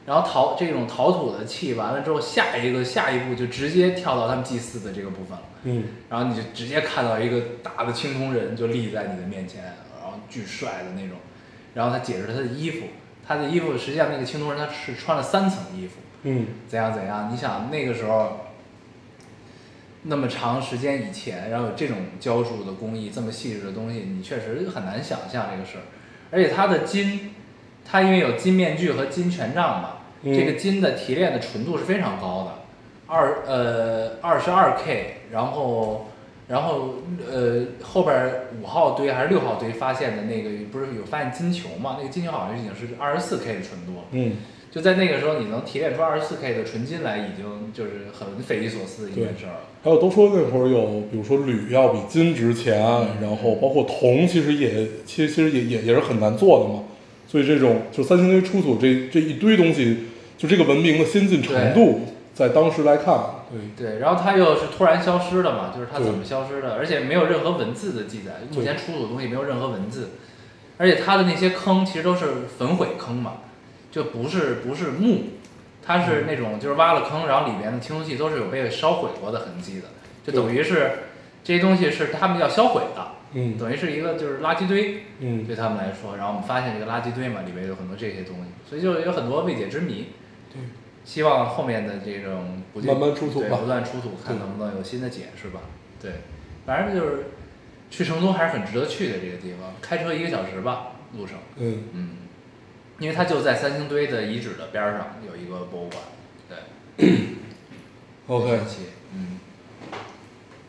Speaker 2: 然后陶这种陶土的器完了之后，下一个下一步就直接跳到他们祭祀的这个部分了。
Speaker 3: 嗯，
Speaker 2: 然后你就直接看到一个大的青铜人就立在你的面前，然后巨帅的那种。然后他解释他的衣服，他的衣服实际上那个青铜人他是穿了三层衣服，
Speaker 3: 嗯
Speaker 2: 怎样怎样。你想那个时候那么长时间以前，然后有这种浇铸的工艺，这么细致的东西，你确实很难想象这个事儿。而且它的金，它因为有金面具和金权杖嘛，
Speaker 3: 嗯
Speaker 2: 这个金的提炼的纯度是非常高的，二呃二十二 K，然后然后呃后边儿五号堆还是六号堆发现的那个不是有发现金球嘛？那个金球好像已经是二十四 K 的纯度了。
Speaker 3: 嗯，
Speaker 2: 就在那个时候，你能提炼出二十四 K 的纯金来，已经就是很匪夷所思的一件事儿了。
Speaker 3: 还有都说那会儿有，比如说铝要比金值钱，啊然后包括铜，其实也其实其实也也也是很难做的嘛。所以这种就三星堆出土这这一堆东西，就这个文明的先进程度，在当时来看，对，
Speaker 2: 对，然后它又是突然消失的嘛，就是它
Speaker 3: 对
Speaker 2: 怎么消失的，而且没有任何文字的记载，目
Speaker 3: 对
Speaker 2: 前出土的东西没有任何文字，而且它的那些坑其实都是焚毁坑嘛，就不是不是墓，它是那种就是挖了坑，然后里面的青铜器都是有被烧毁过的痕迹的，就等于是这些东西是他们要销毁的，
Speaker 3: 嗯
Speaker 2: 等于是一个就是垃圾堆
Speaker 3: 嗯，
Speaker 2: 对他们来说，然后我们发现这个垃圾堆嘛里面有很多这些东西，所以就有很多未解之谜。
Speaker 3: 对，
Speaker 2: 希望后面的这种不定
Speaker 3: 慢慢出土吧
Speaker 2: 对不断出土，看
Speaker 3: 对
Speaker 2: 能不能有新的解释吧。对，反正就是去成都还是很值得去的这个地方，开车一个小时吧，路上，
Speaker 3: 嗯，
Speaker 2: 嗯，因为它就在三星堆的遗址的边儿上有一个博物馆，对
Speaker 3: OK，
Speaker 2: 神奇嗯，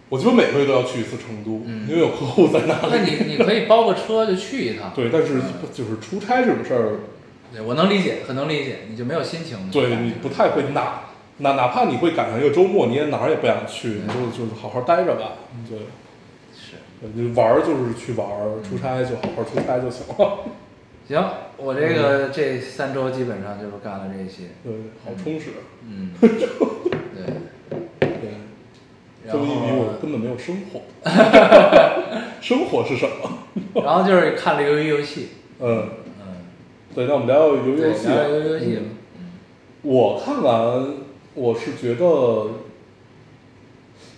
Speaker 3: 我基本每个月都要去一次成都，
Speaker 2: 嗯
Speaker 3: 因为有客户在那
Speaker 2: 那
Speaker 3: 里。
Speaker 2: 你你可以包个车就去一趟，
Speaker 3: 对，但是就是出差这种事儿，
Speaker 2: 对我能理解，很能理解，你就没有心情，
Speaker 3: 对你不太会哪哪哪怕你会赶上一个周末，你也哪儿也不想去，你就就是好好待着吧。对，
Speaker 2: 是。
Speaker 3: 对你玩儿就是去玩儿，出差就好好出差就行
Speaker 2: [LAUGHS]
Speaker 3: 了。
Speaker 2: 行，我这个这三周基本上就是干了这些，
Speaker 3: 对，好充实。
Speaker 2: 嗯，对，
Speaker 3: 对，
Speaker 2: 然
Speaker 3: 就
Speaker 2: 后
Speaker 3: 因为我根本没有生活，
Speaker 2: [LAUGHS]
Speaker 3: 生活是什么？
Speaker 2: 然后就是看了鱿鱼游戏，
Speaker 3: 嗯，
Speaker 2: 嗯，
Speaker 3: 对，那我们聊聊游
Speaker 2: 对，
Speaker 3: 游戏
Speaker 2: 聊
Speaker 3: 吧。
Speaker 2: 聊鱿鱼游戏
Speaker 3: 嗯，我看完，我是觉得，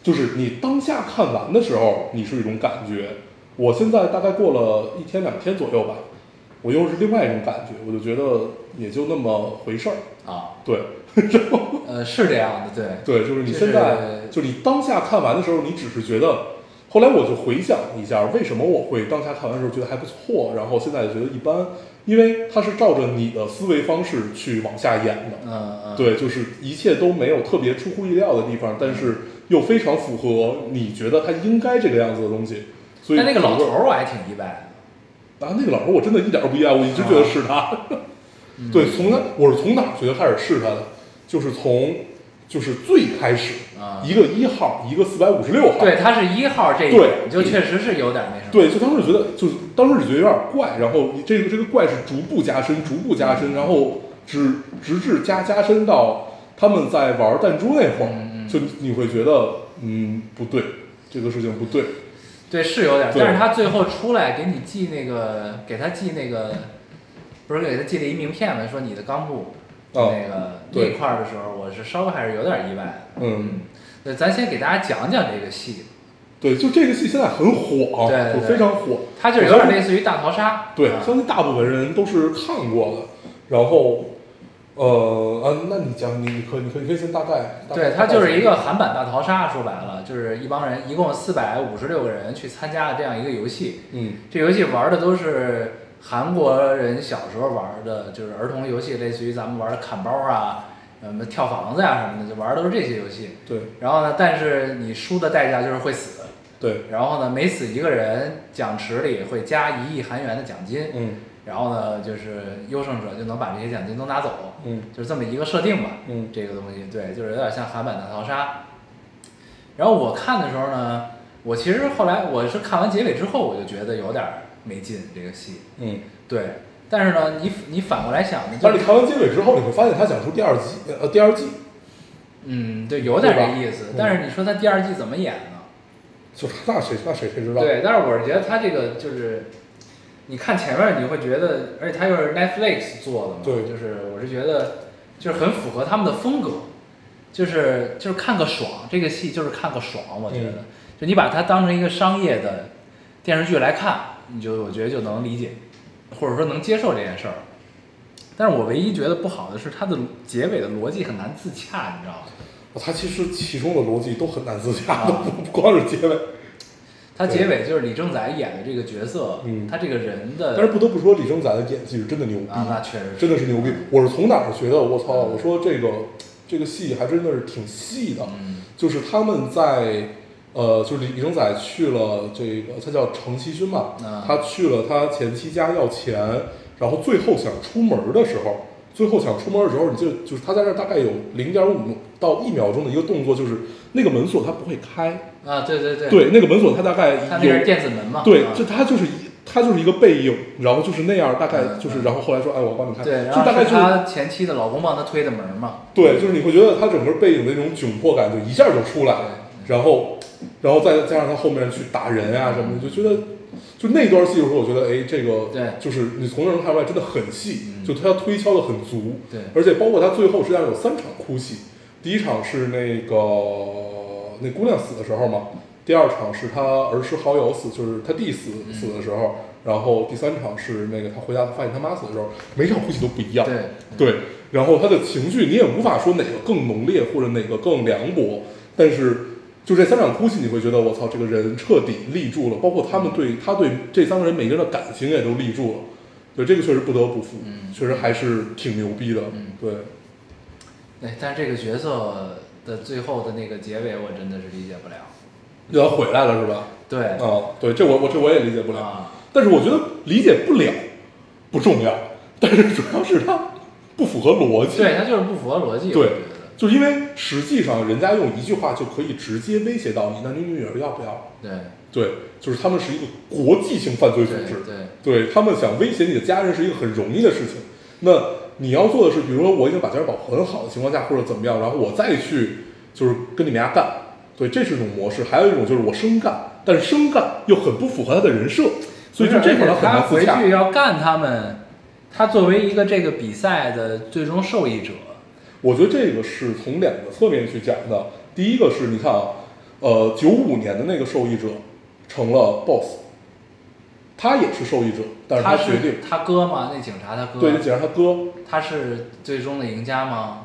Speaker 3: 就是你当下看完的时候，你是一种感觉。我现在大概过了一天两天左右吧，我又是另外一种感觉，我就觉得也就那么回事儿。
Speaker 2: 啊，
Speaker 3: 对，
Speaker 2: 呃，是这样的，对，
Speaker 3: 对，就是你
Speaker 2: 就是
Speaker 3: 现在，就是你当下看完的时候，你只是觉得。后来我就回想一下，为什么我会当下看完的时候觉得还不错，然后现在觉得一般，因为它是照着你的思维方式去往下演的。
Speaker 2: 嗯嗯，
Speaker 3: 对，就是一切都没有特别出乎意料的地方，但是又非常符合你觉得他应该这个样子的东西。所以
Speaker 2: 但那个老头
Speaker 3: 整
Speaker 2: 儿我还挺意外
Speaker 3: 个啊，那个老头儿我真的一点儿都不意外，我一直觉得是他。
Speaker 2: 啊
Speaker 3: [LAUGHS] 对，从他我是从哪儿觉得开始是他的，就是从就是最开始、
Speaker 2: 啊
Speaker 3: 一个一号，一个四百五十六号。
Speaker 2: 的，对，他是一号这一
Speaker 3: 对
Speaker 2: 点，就确实是有点那什么，
Speaker 3: 对，就当时觉得，就是当时只觉得有点怪，然后这个这个怪是逐步加深，逐步加深，然后直直至加加深到他们在玩弹珠那会儿，
Speaker 2: 嗯嗯
Speaker 3: 就你会觉得，嗯，不对，这个事情不对，
Speaker 2: 对，是有点，
Speaker 3: 对
Speaker 2: 但是他最后出来给你寄那个，给他寄那个，不是给他寄了一名片吗？说你的冈部、
Speaker 3: 哦
Speaker 2: 那个那
Speaker 3: 对
Speaker 2: 一块儿的时候，我是稍微还是有点意外的。
Speaker 3: 嗯，
Speaker 2: 那咱先给大家讲讲这个戏，
Speaker 3: 对，就这个戏现在很火啊，
Speaker 2: 对对
Speaker 3: 就
Speaker 2: 对
Speaker 3: 非常火，
Speaker 2: 它就是有点类似于大逃杀，
Speaker 3: 对，
Speaker 2: 啊
Speaker 3: 相信大部分人都是看过的。然后呃啊，那你讲，你你可你可以你可以先大概，大概
Speaker 2: 对，它就是一
Speaker 3: 大
Speaker 2: 个
Speaker 3: 概
Speaker 2: 韩版大逃杀，说白了就是一帮人，一共四百五十六个人去参加了这样一个游戏。
Speaker 3: 嗯
Speaker 2: 这游戏玩的都是韩国人小时候玩的，就是儿童游戏，类似于咱们玩的砍包啊、什么跳房子呀、什么的，就玩的都是这些游戏。
Speaker 3: 对
Speaker 2: 然后呢，但是你输的代价就是会死，
Speaker 3: 对
Speaker 2: 然后呢，每死一个人，奖池里会加一亿韩元的奖金。
Speaker 3: 嗯
Speaker 2: 然后呢，就是优胜者就能把这些奖金都拿走。
Speaker 3: 嗯
Speaker 2: 就是这么一个设定吧。
Speaker 3: 嗯
Speaker 2: 这个东西对，就是有点像韩版大逃杀。然后我看的时候呢，我其实后来我是看完结尾之后，我就觉得有点没劲这个戏。
Speaker 3: 嗯，
Speaker 2: 对，但是呢，你你反过来想呢，就
Speaker 3: 但是你看完结尾之后，你会发现他讲出第二季呃第二季
Speaker 2: 嗯，对，有点
Speaker 3: 对吧
Speaker 2: 这意思
Speaker 3: 嗯。
Speaker 2: 但是你说他第二季怎么演呢？
Speaker 3: 就是那谁那谁谁知道？
Speaker 2: 对，但是我是觉得他这个就是，你看前面你会觉得，而且他又是 Netflix 做的嘛，
Speaker 3: 对
Speaker 2: 就是我是觉得就是很符合他们的风格，就是就是看个爽，这个戏就是看个爽，我觉得，
Speaker 3: 嗯
Speaker 2: 就你把它当成一个商业的电视剧来看，你就我觉得就能理解，或者说能接受这件事儿。但是我唯一觉得不好的是它的结尾的逻辑很难自洽，你知道吗？
Speaker 3: 哦他其实其中的逻辑都很难自洽，
Speaker 2: 啊
Speaker 3: 都不不光是结尾。
Speaker 2: 它
Speaker 3: 对
Speaker 2: 结尾就是李正宰演的这个角色，
Speaker 3: 嗯
Speaker 2: 他这个人
Speaker 3: 但是
Speaker 2: 的
Speaker 3: 不得不说，李正宰的演技是真的牛逼，
Speaker 2: 啊，那确实是
Speaker 3: 真的是牛逼。我是从哪儿觉得？我操！
Speaker 2: 嗯
Speaker 3: 我说这个这个戏还真的是挺细的，
Speaker 2: 嗯
Speaker 3: 就是他们在呃，就是李李正宰去了这个，他叫程其勋嘛，
Speaker 2: 啊
Speaker 3: 他去了他前妻家要钱，然后最后想出门的时候，最后想出门的时候，你就就是他在那儿大概有零点五到一秒钟的一个动作，就是那个门锁它不会开，
Speaker 2: 啊，对对对，
Speaker 3: 对，那个门锁它大概
Speaker 2: 他那
Speaker 3: 有
Speaker 2: 是电子门嘛，
Speaker 3: 对
Speaker 2: 啊，
Speaker 3: 就他就是一，他就是一个背影，然后就是那样，大概就是，然后后来说，哎，我帮你看，
Speaker 2: 嗯对，
Speaker 3: 就
Speaker 2: 然后
Speaker 3: 大概
Speaker 2: 是
Speaker 3: 就
Speaker 2: 他前妻的老公帮他推的门嘛，
Speaker 3: 对，就是你会觉得他整个背影的那种窘迫感就一下就出来了，然后，然后再加上他后面去打人啊什么的，就觉得，就那段戏的时候，我觉得，哎，这个
Speaker 2: 嗯对嗯
Speaker 3: 就是你从这能看出来真的很细，就他推敲的很足，
Speaker 2: 对
Speaker 3: 而且包括他最后实际上有三场哭戏，第一场是那个那姑娘死的时候嘛，第二场是他儿时好友死，就是他弟死
Speaker 2: 嗯
Speaker 3: 死的时候，然后第三场是那个他回家发现他妈死的时候，每场哭戏都不一样，
Speaker 2: 对
Speaker 3: 对，然后他的情绪你也无法说哪个更浓烈或者哪个更凉薄，但是就这三场哭戏，你会觉得我操，这个人彻底立住了，包括他们
Speaker 2: 嗯
Speaker 3: 对他对这三个人每个人的感情也都立住了，对，这个确实不得不服，
Speaker 2: 嗯
Speaker 3: 确实还是挺牛逼的，对，
Speaker 2: 对，哎但是这个角色的最后的那个结尾，我真的是理解不了。
Speaker 3: 让他回来了是吧？
Speaker 2: 对，
Speaker 3: 啊，对，这我我这我也理解不了，
Speaker 2: 啊，
Speaker 3: 但是我觉得理解不了不重要，但是主要是他不符合逻辑，
Speaker 2: 对他就是不符合逻辑，我
Speaker 3: 对
Speaker 2: 觉得，
Speaker 3: 就是因为实际上人家用一句话就可以直接威胁到你，那你女儿要不要？
Speaker 2: 对
Speaker 3: 对，就是他们是一个国际性犯罪组
Speaker 2: 对
Speaker 3: 织，
Speaker 2: 对
Speaker 3: 对他们想威胁你的家人是一个很容易的事情。那你要做的是，比如说我已经把家人保护很好的情况下，或者怎么样，然后我再去就是跟你们家干，对，这是一种模式。还有一种就是我生干，但是生干又很不符合他的人设，所以就这块儿
Speaker 2: 而且
Speaker 3: 很
Speaker 2: 他
Speaker 3: 难自
Speaker 2: 回
Speaker 3: 洽
Speaker 2: 去。要干他们，他作为一个这个比赛的最终受益者，
Speaker 3: 我觉得这个是从两个侧面去讲的。第一个是你看啊，呃，九五年的那个受益者成了 boss，他也是受益者，但是
Speaker 2: 他
Speaker 3: 呃决定
Speaker 2: 是他哥吗？那警察他
Speaker 3: 对，那
Speaker 2: 哥，
Speaker 3: 既然他哥
Speaker 2: 他是最终的赢家吗？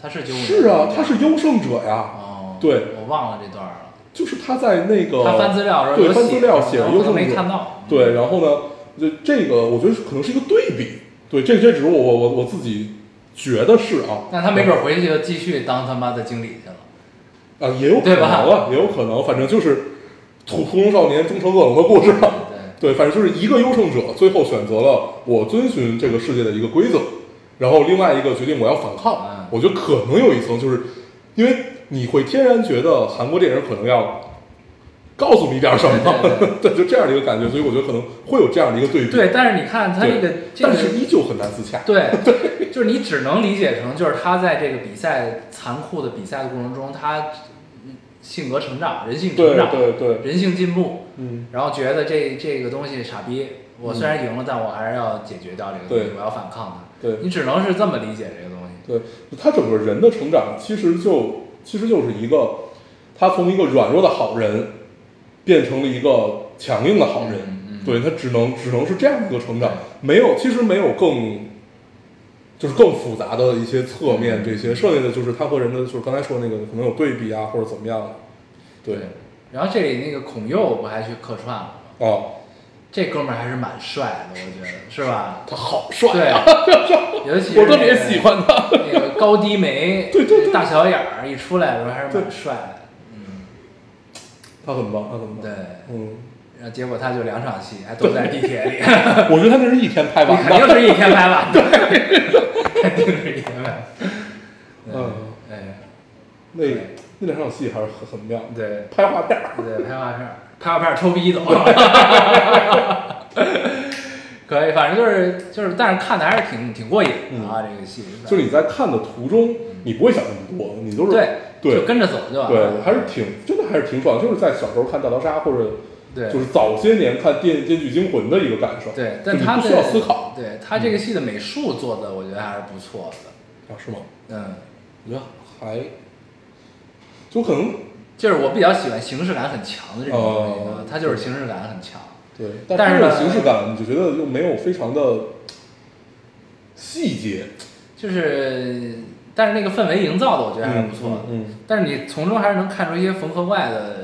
Speaker 2: 他是九五
Speaker 3: 是啊，他是优胜者呀，
Speaker 2: 哦，
Speaker 3: 对，
Speaker 2: 我忘了这段儿了。
Speaker 3: 就是他在那个
Speaker 2: 他翻资料的时候
Speaker 3: 对
Speaker 2: 有
Speaker 3: 翻
Speaker 2: 写
Speaker 3: 资料
Speaker 2: 然后
Speaker 3: 写了
Speaker 2: 我
Speaker 3: 优
Speaker 2: 都
Speaker 3: 胜
Speaker 2: 没
Speaker 3: 者
Speaker 2: 看到
Speaker 3: 对，然后呢，就这个我觉得是可能是一个对比，对，这这只是我我我我自己觉得是啊，
Speaker 2: 那他没准回去就继续当他妈的经理去了。
Speaker 3: 啊也有可
Speaker 2: 对
Speaker 3: 能
Speaker 2: 吧
Speaker 3: 啊，也有可能，反正就是屠屠龙少年终成恶龙的故事啊。
Speaker 2: 对，
Speaker 3: 对，反正就是一个优胜者最后选择了我遵循这个世界的一个规则，然后另外一个决定我要反抗
Speaker 2: 嗯。
Speaker 3: 我觉得可能有一层，就是因为你会天然觉得韩国电影可能要告诉你点儿什么，
Speaker 2: 对对
Speaker 3: [LAUGHS] 对，就这样的一个感觉，所以我觉得可能会有这样的一个对比。
Speaker 2: 对，但是你看他
Speaker 3: 对
Speaker 2: 这个，这
Speaker 3: 但
Speaker 2: 个
Speaker 3: 是依旧很难自洽。
Speaker 2: 对，就是你只能理解成就是他在这个比赛残酷的比赛的过程中，他嗯性格成长、人性
Speaker 3: 对
Speaker 2: 成长、
Speaker 3: 对对，
Speaker 2: 人性进步，
Speaker 3: 嗯，
Speaker 2: 然后觉得这这个东西傻逼，我虽然赢了，但我还是要解决掉这个东西，
Speaker 3: 对
Speaker 2: 我要反抗它。
Speaker 3: 对
Speaker 2: 你只能是这么理解这个东西。
Speaker 3: 对，他整个人的成长其实就其实就是一个，他从一个软弱的好人变成了一个强硬的好人。
Speaker 2: 嗯嗯
Speaker 3: 对他只能只能是这样一个成长，没有其实没有更就是更复杂的一些侧
Speaker 2: 嗯
Speaker 3: 面，这些剩下的就是他和人的，就是刚才说那个可能有对比啊，或者怎么样的。对，
Speaker 2: 然后这里那个孔佑不还去客串了吗？
Speaker 3: 哦，
Speaker 2: 这哥们儿还是蛮帅的，我觉得是吧？
Speaker 3: 他好帅
Speaker 2: 对
Speaker 3: 啊， [LAUGHS]
Speaker 2: 尤其是
Speaker 3: 我特别喜欢他。
Speaker 2: 那个高低
Speaker 3: [LAUGHS]
Speaker 2: 眉，
Speaker 3: 对对对
Speaker 2: 大小眼儿一出来的时候还是蛮帅的。
Speaker 3: 他很棒，他很棒。
Speaker 2: 对，
Speaker 3: 嗯，
Speaker 2: 然后结果他就两场戏，还都在地
Speaker 3: [LAUGHS]
Speaker 2: 铁里，
Speaker 3: 我觉得他那是一天拍
Speaker 2: 你
Speaker 3: 完
Speaker 2: 肯定
Speaker 3: 的。
Speaker 2: 是一天拍完，对， [LAUGHS] 肯定是一天拍完。
Speaker 3: 嗯，
Speaker 2: 哎，
Speaker 3: 那那两场戏还是很很妙的，
Speaker 2: 对
Speaker 3: 拍画片儿。
Speaker 2: 对，拍画片儿，拍画片儿抽逼走。 [LAUGHS] 可以，反正就是就是，但是看的还是挺挺过瘾的啊，这个戏。
Speaker 3: 嗯就是你在看的途中，你不会想那么多，你都是
Speaker 2: 嗯对
Speaker 3: 对
Speaker 2: 就跟着走就完了
Speaker 3: 对，还是挺真的，还是挺爽。就是在小时候看《大逃杀》或者
Speaker 2: 对
Speaker 3: 就是早些年看《电电锯惊魂》的一个感受。
Speaker 2: 对，
Speaker 3: 就
Speaker 2: 但
Speaker 3: 你
Speaker 2: 他
Speaker 3: 不
Speaker 2: 的
Speaker 3: 需要思考
Speaker 2: 对他这个戏的美术做的，我觉得还是不错的。
Speaker 3: 啊？是吗？
Speaker 2: 嗯，
Speaker 3: 我觉得还就可能
Speaker 2: 就是我比较喜欢形式感很强的这种东西啊
Speaker 3: 哦，
Speaker 2: 它就是形式感很强。
Speaker 3: 对，
Speaker 2: 但是
Speaker 3: 这种
Speaker 2: 呢
Speaker 3: 形式感，你就觉得又没有非常的细节。
Speaker 2: 就是，但是那个氛围营造的，我觉得还是不错的。
Speaker 3: 嗯嗯嗯
Speaker 2: 但是你从中还是能看出一些缝合外的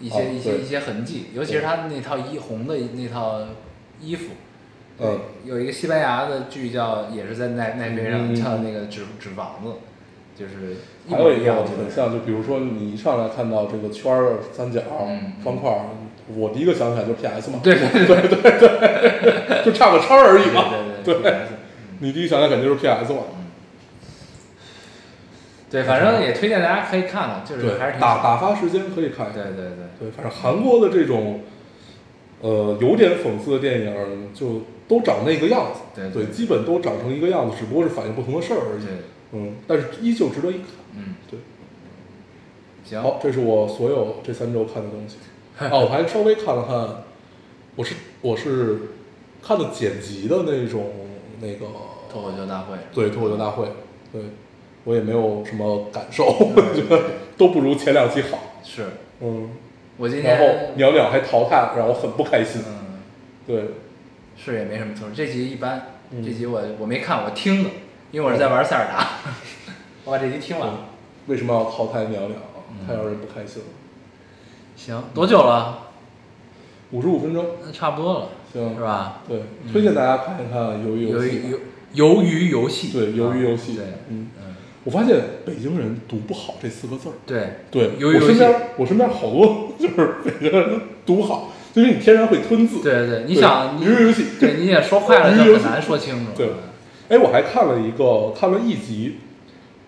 Speaker 2: 一些、
Speaker 3: 啊
Speaker 2: 一些
Speaker 3: 对
Speaker 2: 一些痕迹，尤其是他那套衣红的那套衣服。
Speaker 3: 嗯，
Speaker 2: 有一个西班牙的剧叫，也是在奈奈飞上
Speaker 3: 嗯嗯嗯
Speaker 2: 叫那个纸纸房子，就是一
Speaker 3: 还有
Speaker 2: 模
Speaker 3: 一
Speaker 2: 一
Speaker 3: 个
Speaker 2: 样，
Speaker 3: 很像，就比如说你一上来看到这个圈儿、三角、
Speaker 2: 嗯
Speaker 3: 方块儿，我第一个想起来就是 PS 嘛，
Speaker 2: 对对对对对
Speaker 3: 就差个叉而已嘛。
Speaker 2: 对对
Speaker 3: 对，你第一想起来肯定就是 PS 嘛。
Speaker 2: 对，反正也推荐大家可以看看，就是还是挺
Speaker 3: 打打发时间可以看一
Speaker 2: 对
Speaker 3: 看。
Speaker 2: 对对。
Speaker 3: 对，反正韩国的这种，呃，有点讽刺的电影儿就都长那个样子，
Speaker 2: 对对
Speaker 3: 对，基本都长成一个样子，只不过是反映不同的事儿而已
Speaker 2: 对。
Speaker 3: 嗯，但是依旧值得一看。
Speaker 2: 嗯，
Speaker 3: 对，
Speaker 2: 行，
Speaker 3: 好，这是我所有这三周看的
Speaker 2: [LAUGHS]
Speaker 3: 东西。哦，我还稍微看了看，我是我是看的剪辑的那种那个
Speaker 2: 脱口秀大会，
Speaker 3: 对脱口秀大会，对我也没有什么感受， [LAUGHS] 我觉得都不如前两期好。
Speaker 2: 是
Speaker 3: 嗯，
Speaker 2: 我今
Speaker 3: 然后
Speaker 2: 天
Speaker 3: 淼淼还淘汰，让我很不开心。
Speaker 2: 嗯
Speaker 3: 对，
Speaker 2: 是也没什么头，这集一般，
Speaker 3: 嗯
Speaker 2: 这集我我没看，我听的，因为我是在玩塞尔达， [LAUGHS] 我把这集听
Speaker 3: 嗯
Speaker 2: 完了。
Speaker 3: 为什么要淘汰淼淼？啊
Speaker 2: 嗯
Speaker 3: 太让人不开心了。
Speaker 2: 行，多久了？
Speaker 3: 五十五分钟，
Speaker 2: 那差不多了，
Speaker 3: 行
Speaker 2: 是吧？嗯
Speaker 3: 对，推荐大家看一看《鱿鱼游
Speaker 2: 鱿
Speaker 3: 戏》
Speaker 2: 鱼鱿鱿鱼游戏，
Speaker 3: 对，鱿鱼游戏。
Speaker 2: 对
Speaker 3: 嗯，
Speaker 2: 啊嗯，
Speaker 3: 我发现北京人读不好这四个字儿。
Speaker 2: 对
Speaker 3: 对，
Speaker 2: 鱿鱼
Speaker 3: 我
Speaker 2: 游
Speaker 3: 身
Speaker 2: 戏，
Speaker 3: 边我身边好多 [LAUGHS] 就是北京人都读不好，就是你天然会吞字。
Speaker 2: 对对对，你想，
Speaker 3: 鱿鱼游戏。
Speaker 2: 对你也
Speaker 3: [LAUGHS]
Speaker 2: 说快了
Speaker 3: 鱿鱼
Speaker 2: 就
Speaker 3: 游
Speaker 2: 很
Speaker 3: 戏
Speaker 2: 难说清楚。
Speaker 3: 对，哎，我还看了一个，看了一集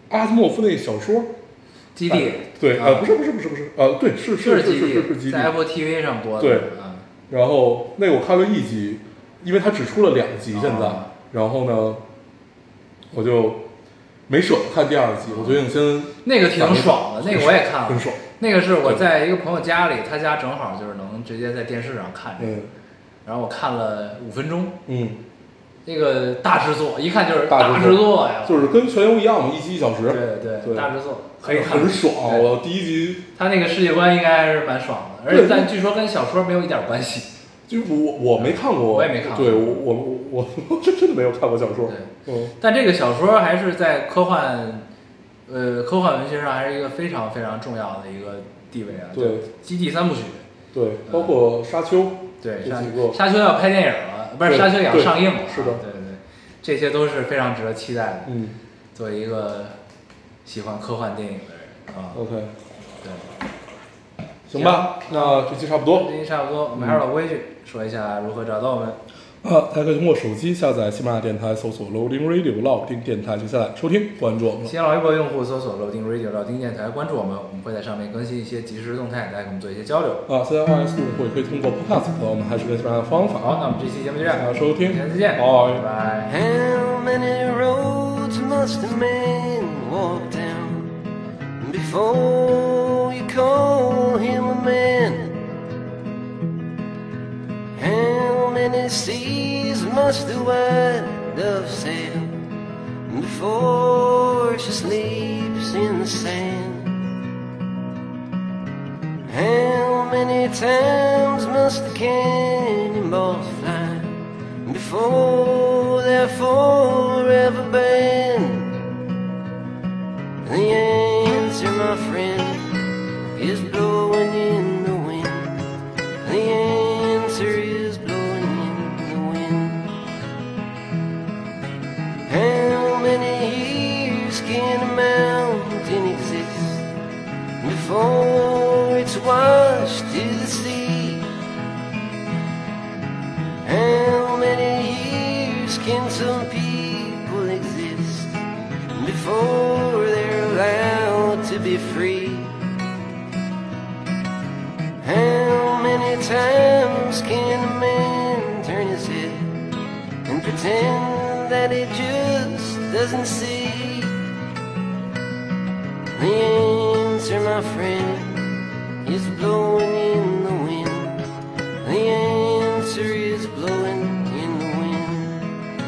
Speaker 3: 阿西莫夫那小说。
Speaker 2: 基地
Speaker 3: 对，
Speaker 2: 啊
Speaker 3: 呃，不是不是不是不是，呃，对，是是是
Speaker 2: 基地，
Speaker 3: 是是基地
Speaker 2: 在。Apple TV 上播的。
Speaker 3: 对
Speaker 2: 嗯
Speaker 3: 然后那个我看了一集，因为它只出了两集现在，
Speaker 2: 啊
Speaker 3: 然后呢，我就没舍得看第二集，我决定先
Speaker 2: 那个挺爽的，那个我也看了，
Speaker 3: 很爽。
Speaker 2: 那个是我在一个朋友家里，他家正好就是能直接在电视上看这个，
Speaker 3: 嗯
Speaker 2: 然后我看了五分钟，
Speaker 3: 嗯，
Speaker 2: 那个大制作，一看就是
Speaker 3: 大
Speaker 2: 大
Speaker 3: 制作
Speaker 2: 制作呀，
Speaker 3: 就是跟全游一样嘛，一集一小时，
Speaker 2: 对对
Speaker 3: 对
Speaker 2: 大制作可以看
Speaker 3: 很，爽。
Speaker 2: 对
Speaker 3: 我第一集
Speaker 2: 他那个世界观应该还是蛮爽的，而且
Speaker 3: 对
Speaker 2: 但据说跟小说没有一点关系，
Speaker 3: 就我我没看过，
Speaker 2: 我也没看过
Speaker 3: 对我我我我 [LAUGHS] 真真的没有看过小说。嗯，
Speaker 2: 但这个小说还是在科幻，呃，科幻文学上还是一个非常非常重要的一个地位啊，
Speaker 3: 对
Speaker 2: 就基地三部曲，
Speaker 3: 对，包括沙丘，
Speaker 2: 对，
Speaker 3: 这
Speaker 2: 沙
Speaker 3: 几个，
Speaker 2: 沙丘要拍电影了，不是
Speaker 3: 对
Speaker 2: 沙丘也要
Speaker 3: 对
Speaker 2: 上映了啊，
Speaker 3: 是的
Speaker 2: 对对，这些都是非常值得期待的。
Speaker 3: 嗯
Speaker 2: 作为一个喜欢科幻电影的人啊，
Speaker 3: ，OK，
Speaker 2: 对，
Speaker 3: 行吧，那这期差不多。
Speaker 2: 这期差不多，我们还是老规矩，说一下如何找到我们。
Speaker 3: 啊，大家可以通过手机下载喜马拉雅电台，搜索 Loading Radio 老丁电台就下载收听，关注我们。
Speaker 2: 新浪微博用户搜索“楼丁 radio” 老丁电台，关注我们，我们会在上面更新一些即时动态，大家跟我们做一些交流。
Speaker 3: 啊，现在 iOS 用户也可以通过 Podcast 和我们还是跟喜马拉雅的方法。啊
Speaker 2: 好，那我们这期节目就这样，
Speaker 3: 感谢收听
Speaker 2: 下次见，
Speaker 3: 好
Speaker 2: 拜拜。
Speaker 4: How many roads must a man walk down before you call him a man? How many seas must the white dove sail before she sleeps in the sand? How many times must the cannonballs fly? before they there forever been? The answer, my friend, is blowing in the wind. The answer is blowing in the wind. How many years can a mountain exist before it's washed to the sea? How many years can some people exist before they're allowed to be free? How many times can a man turn his head and pretend that he just doesn't see? The answer, my friend, is blowing in the wind. The answer is blowing in the wind.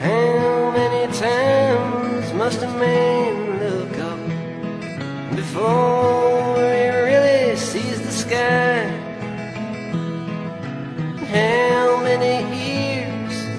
Speaker 4: How many times must a man look up before he really sees the sky? How many ears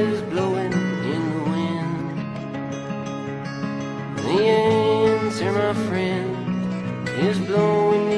Speaker 4: is blowing in the wind. The answer, my friend, is blowing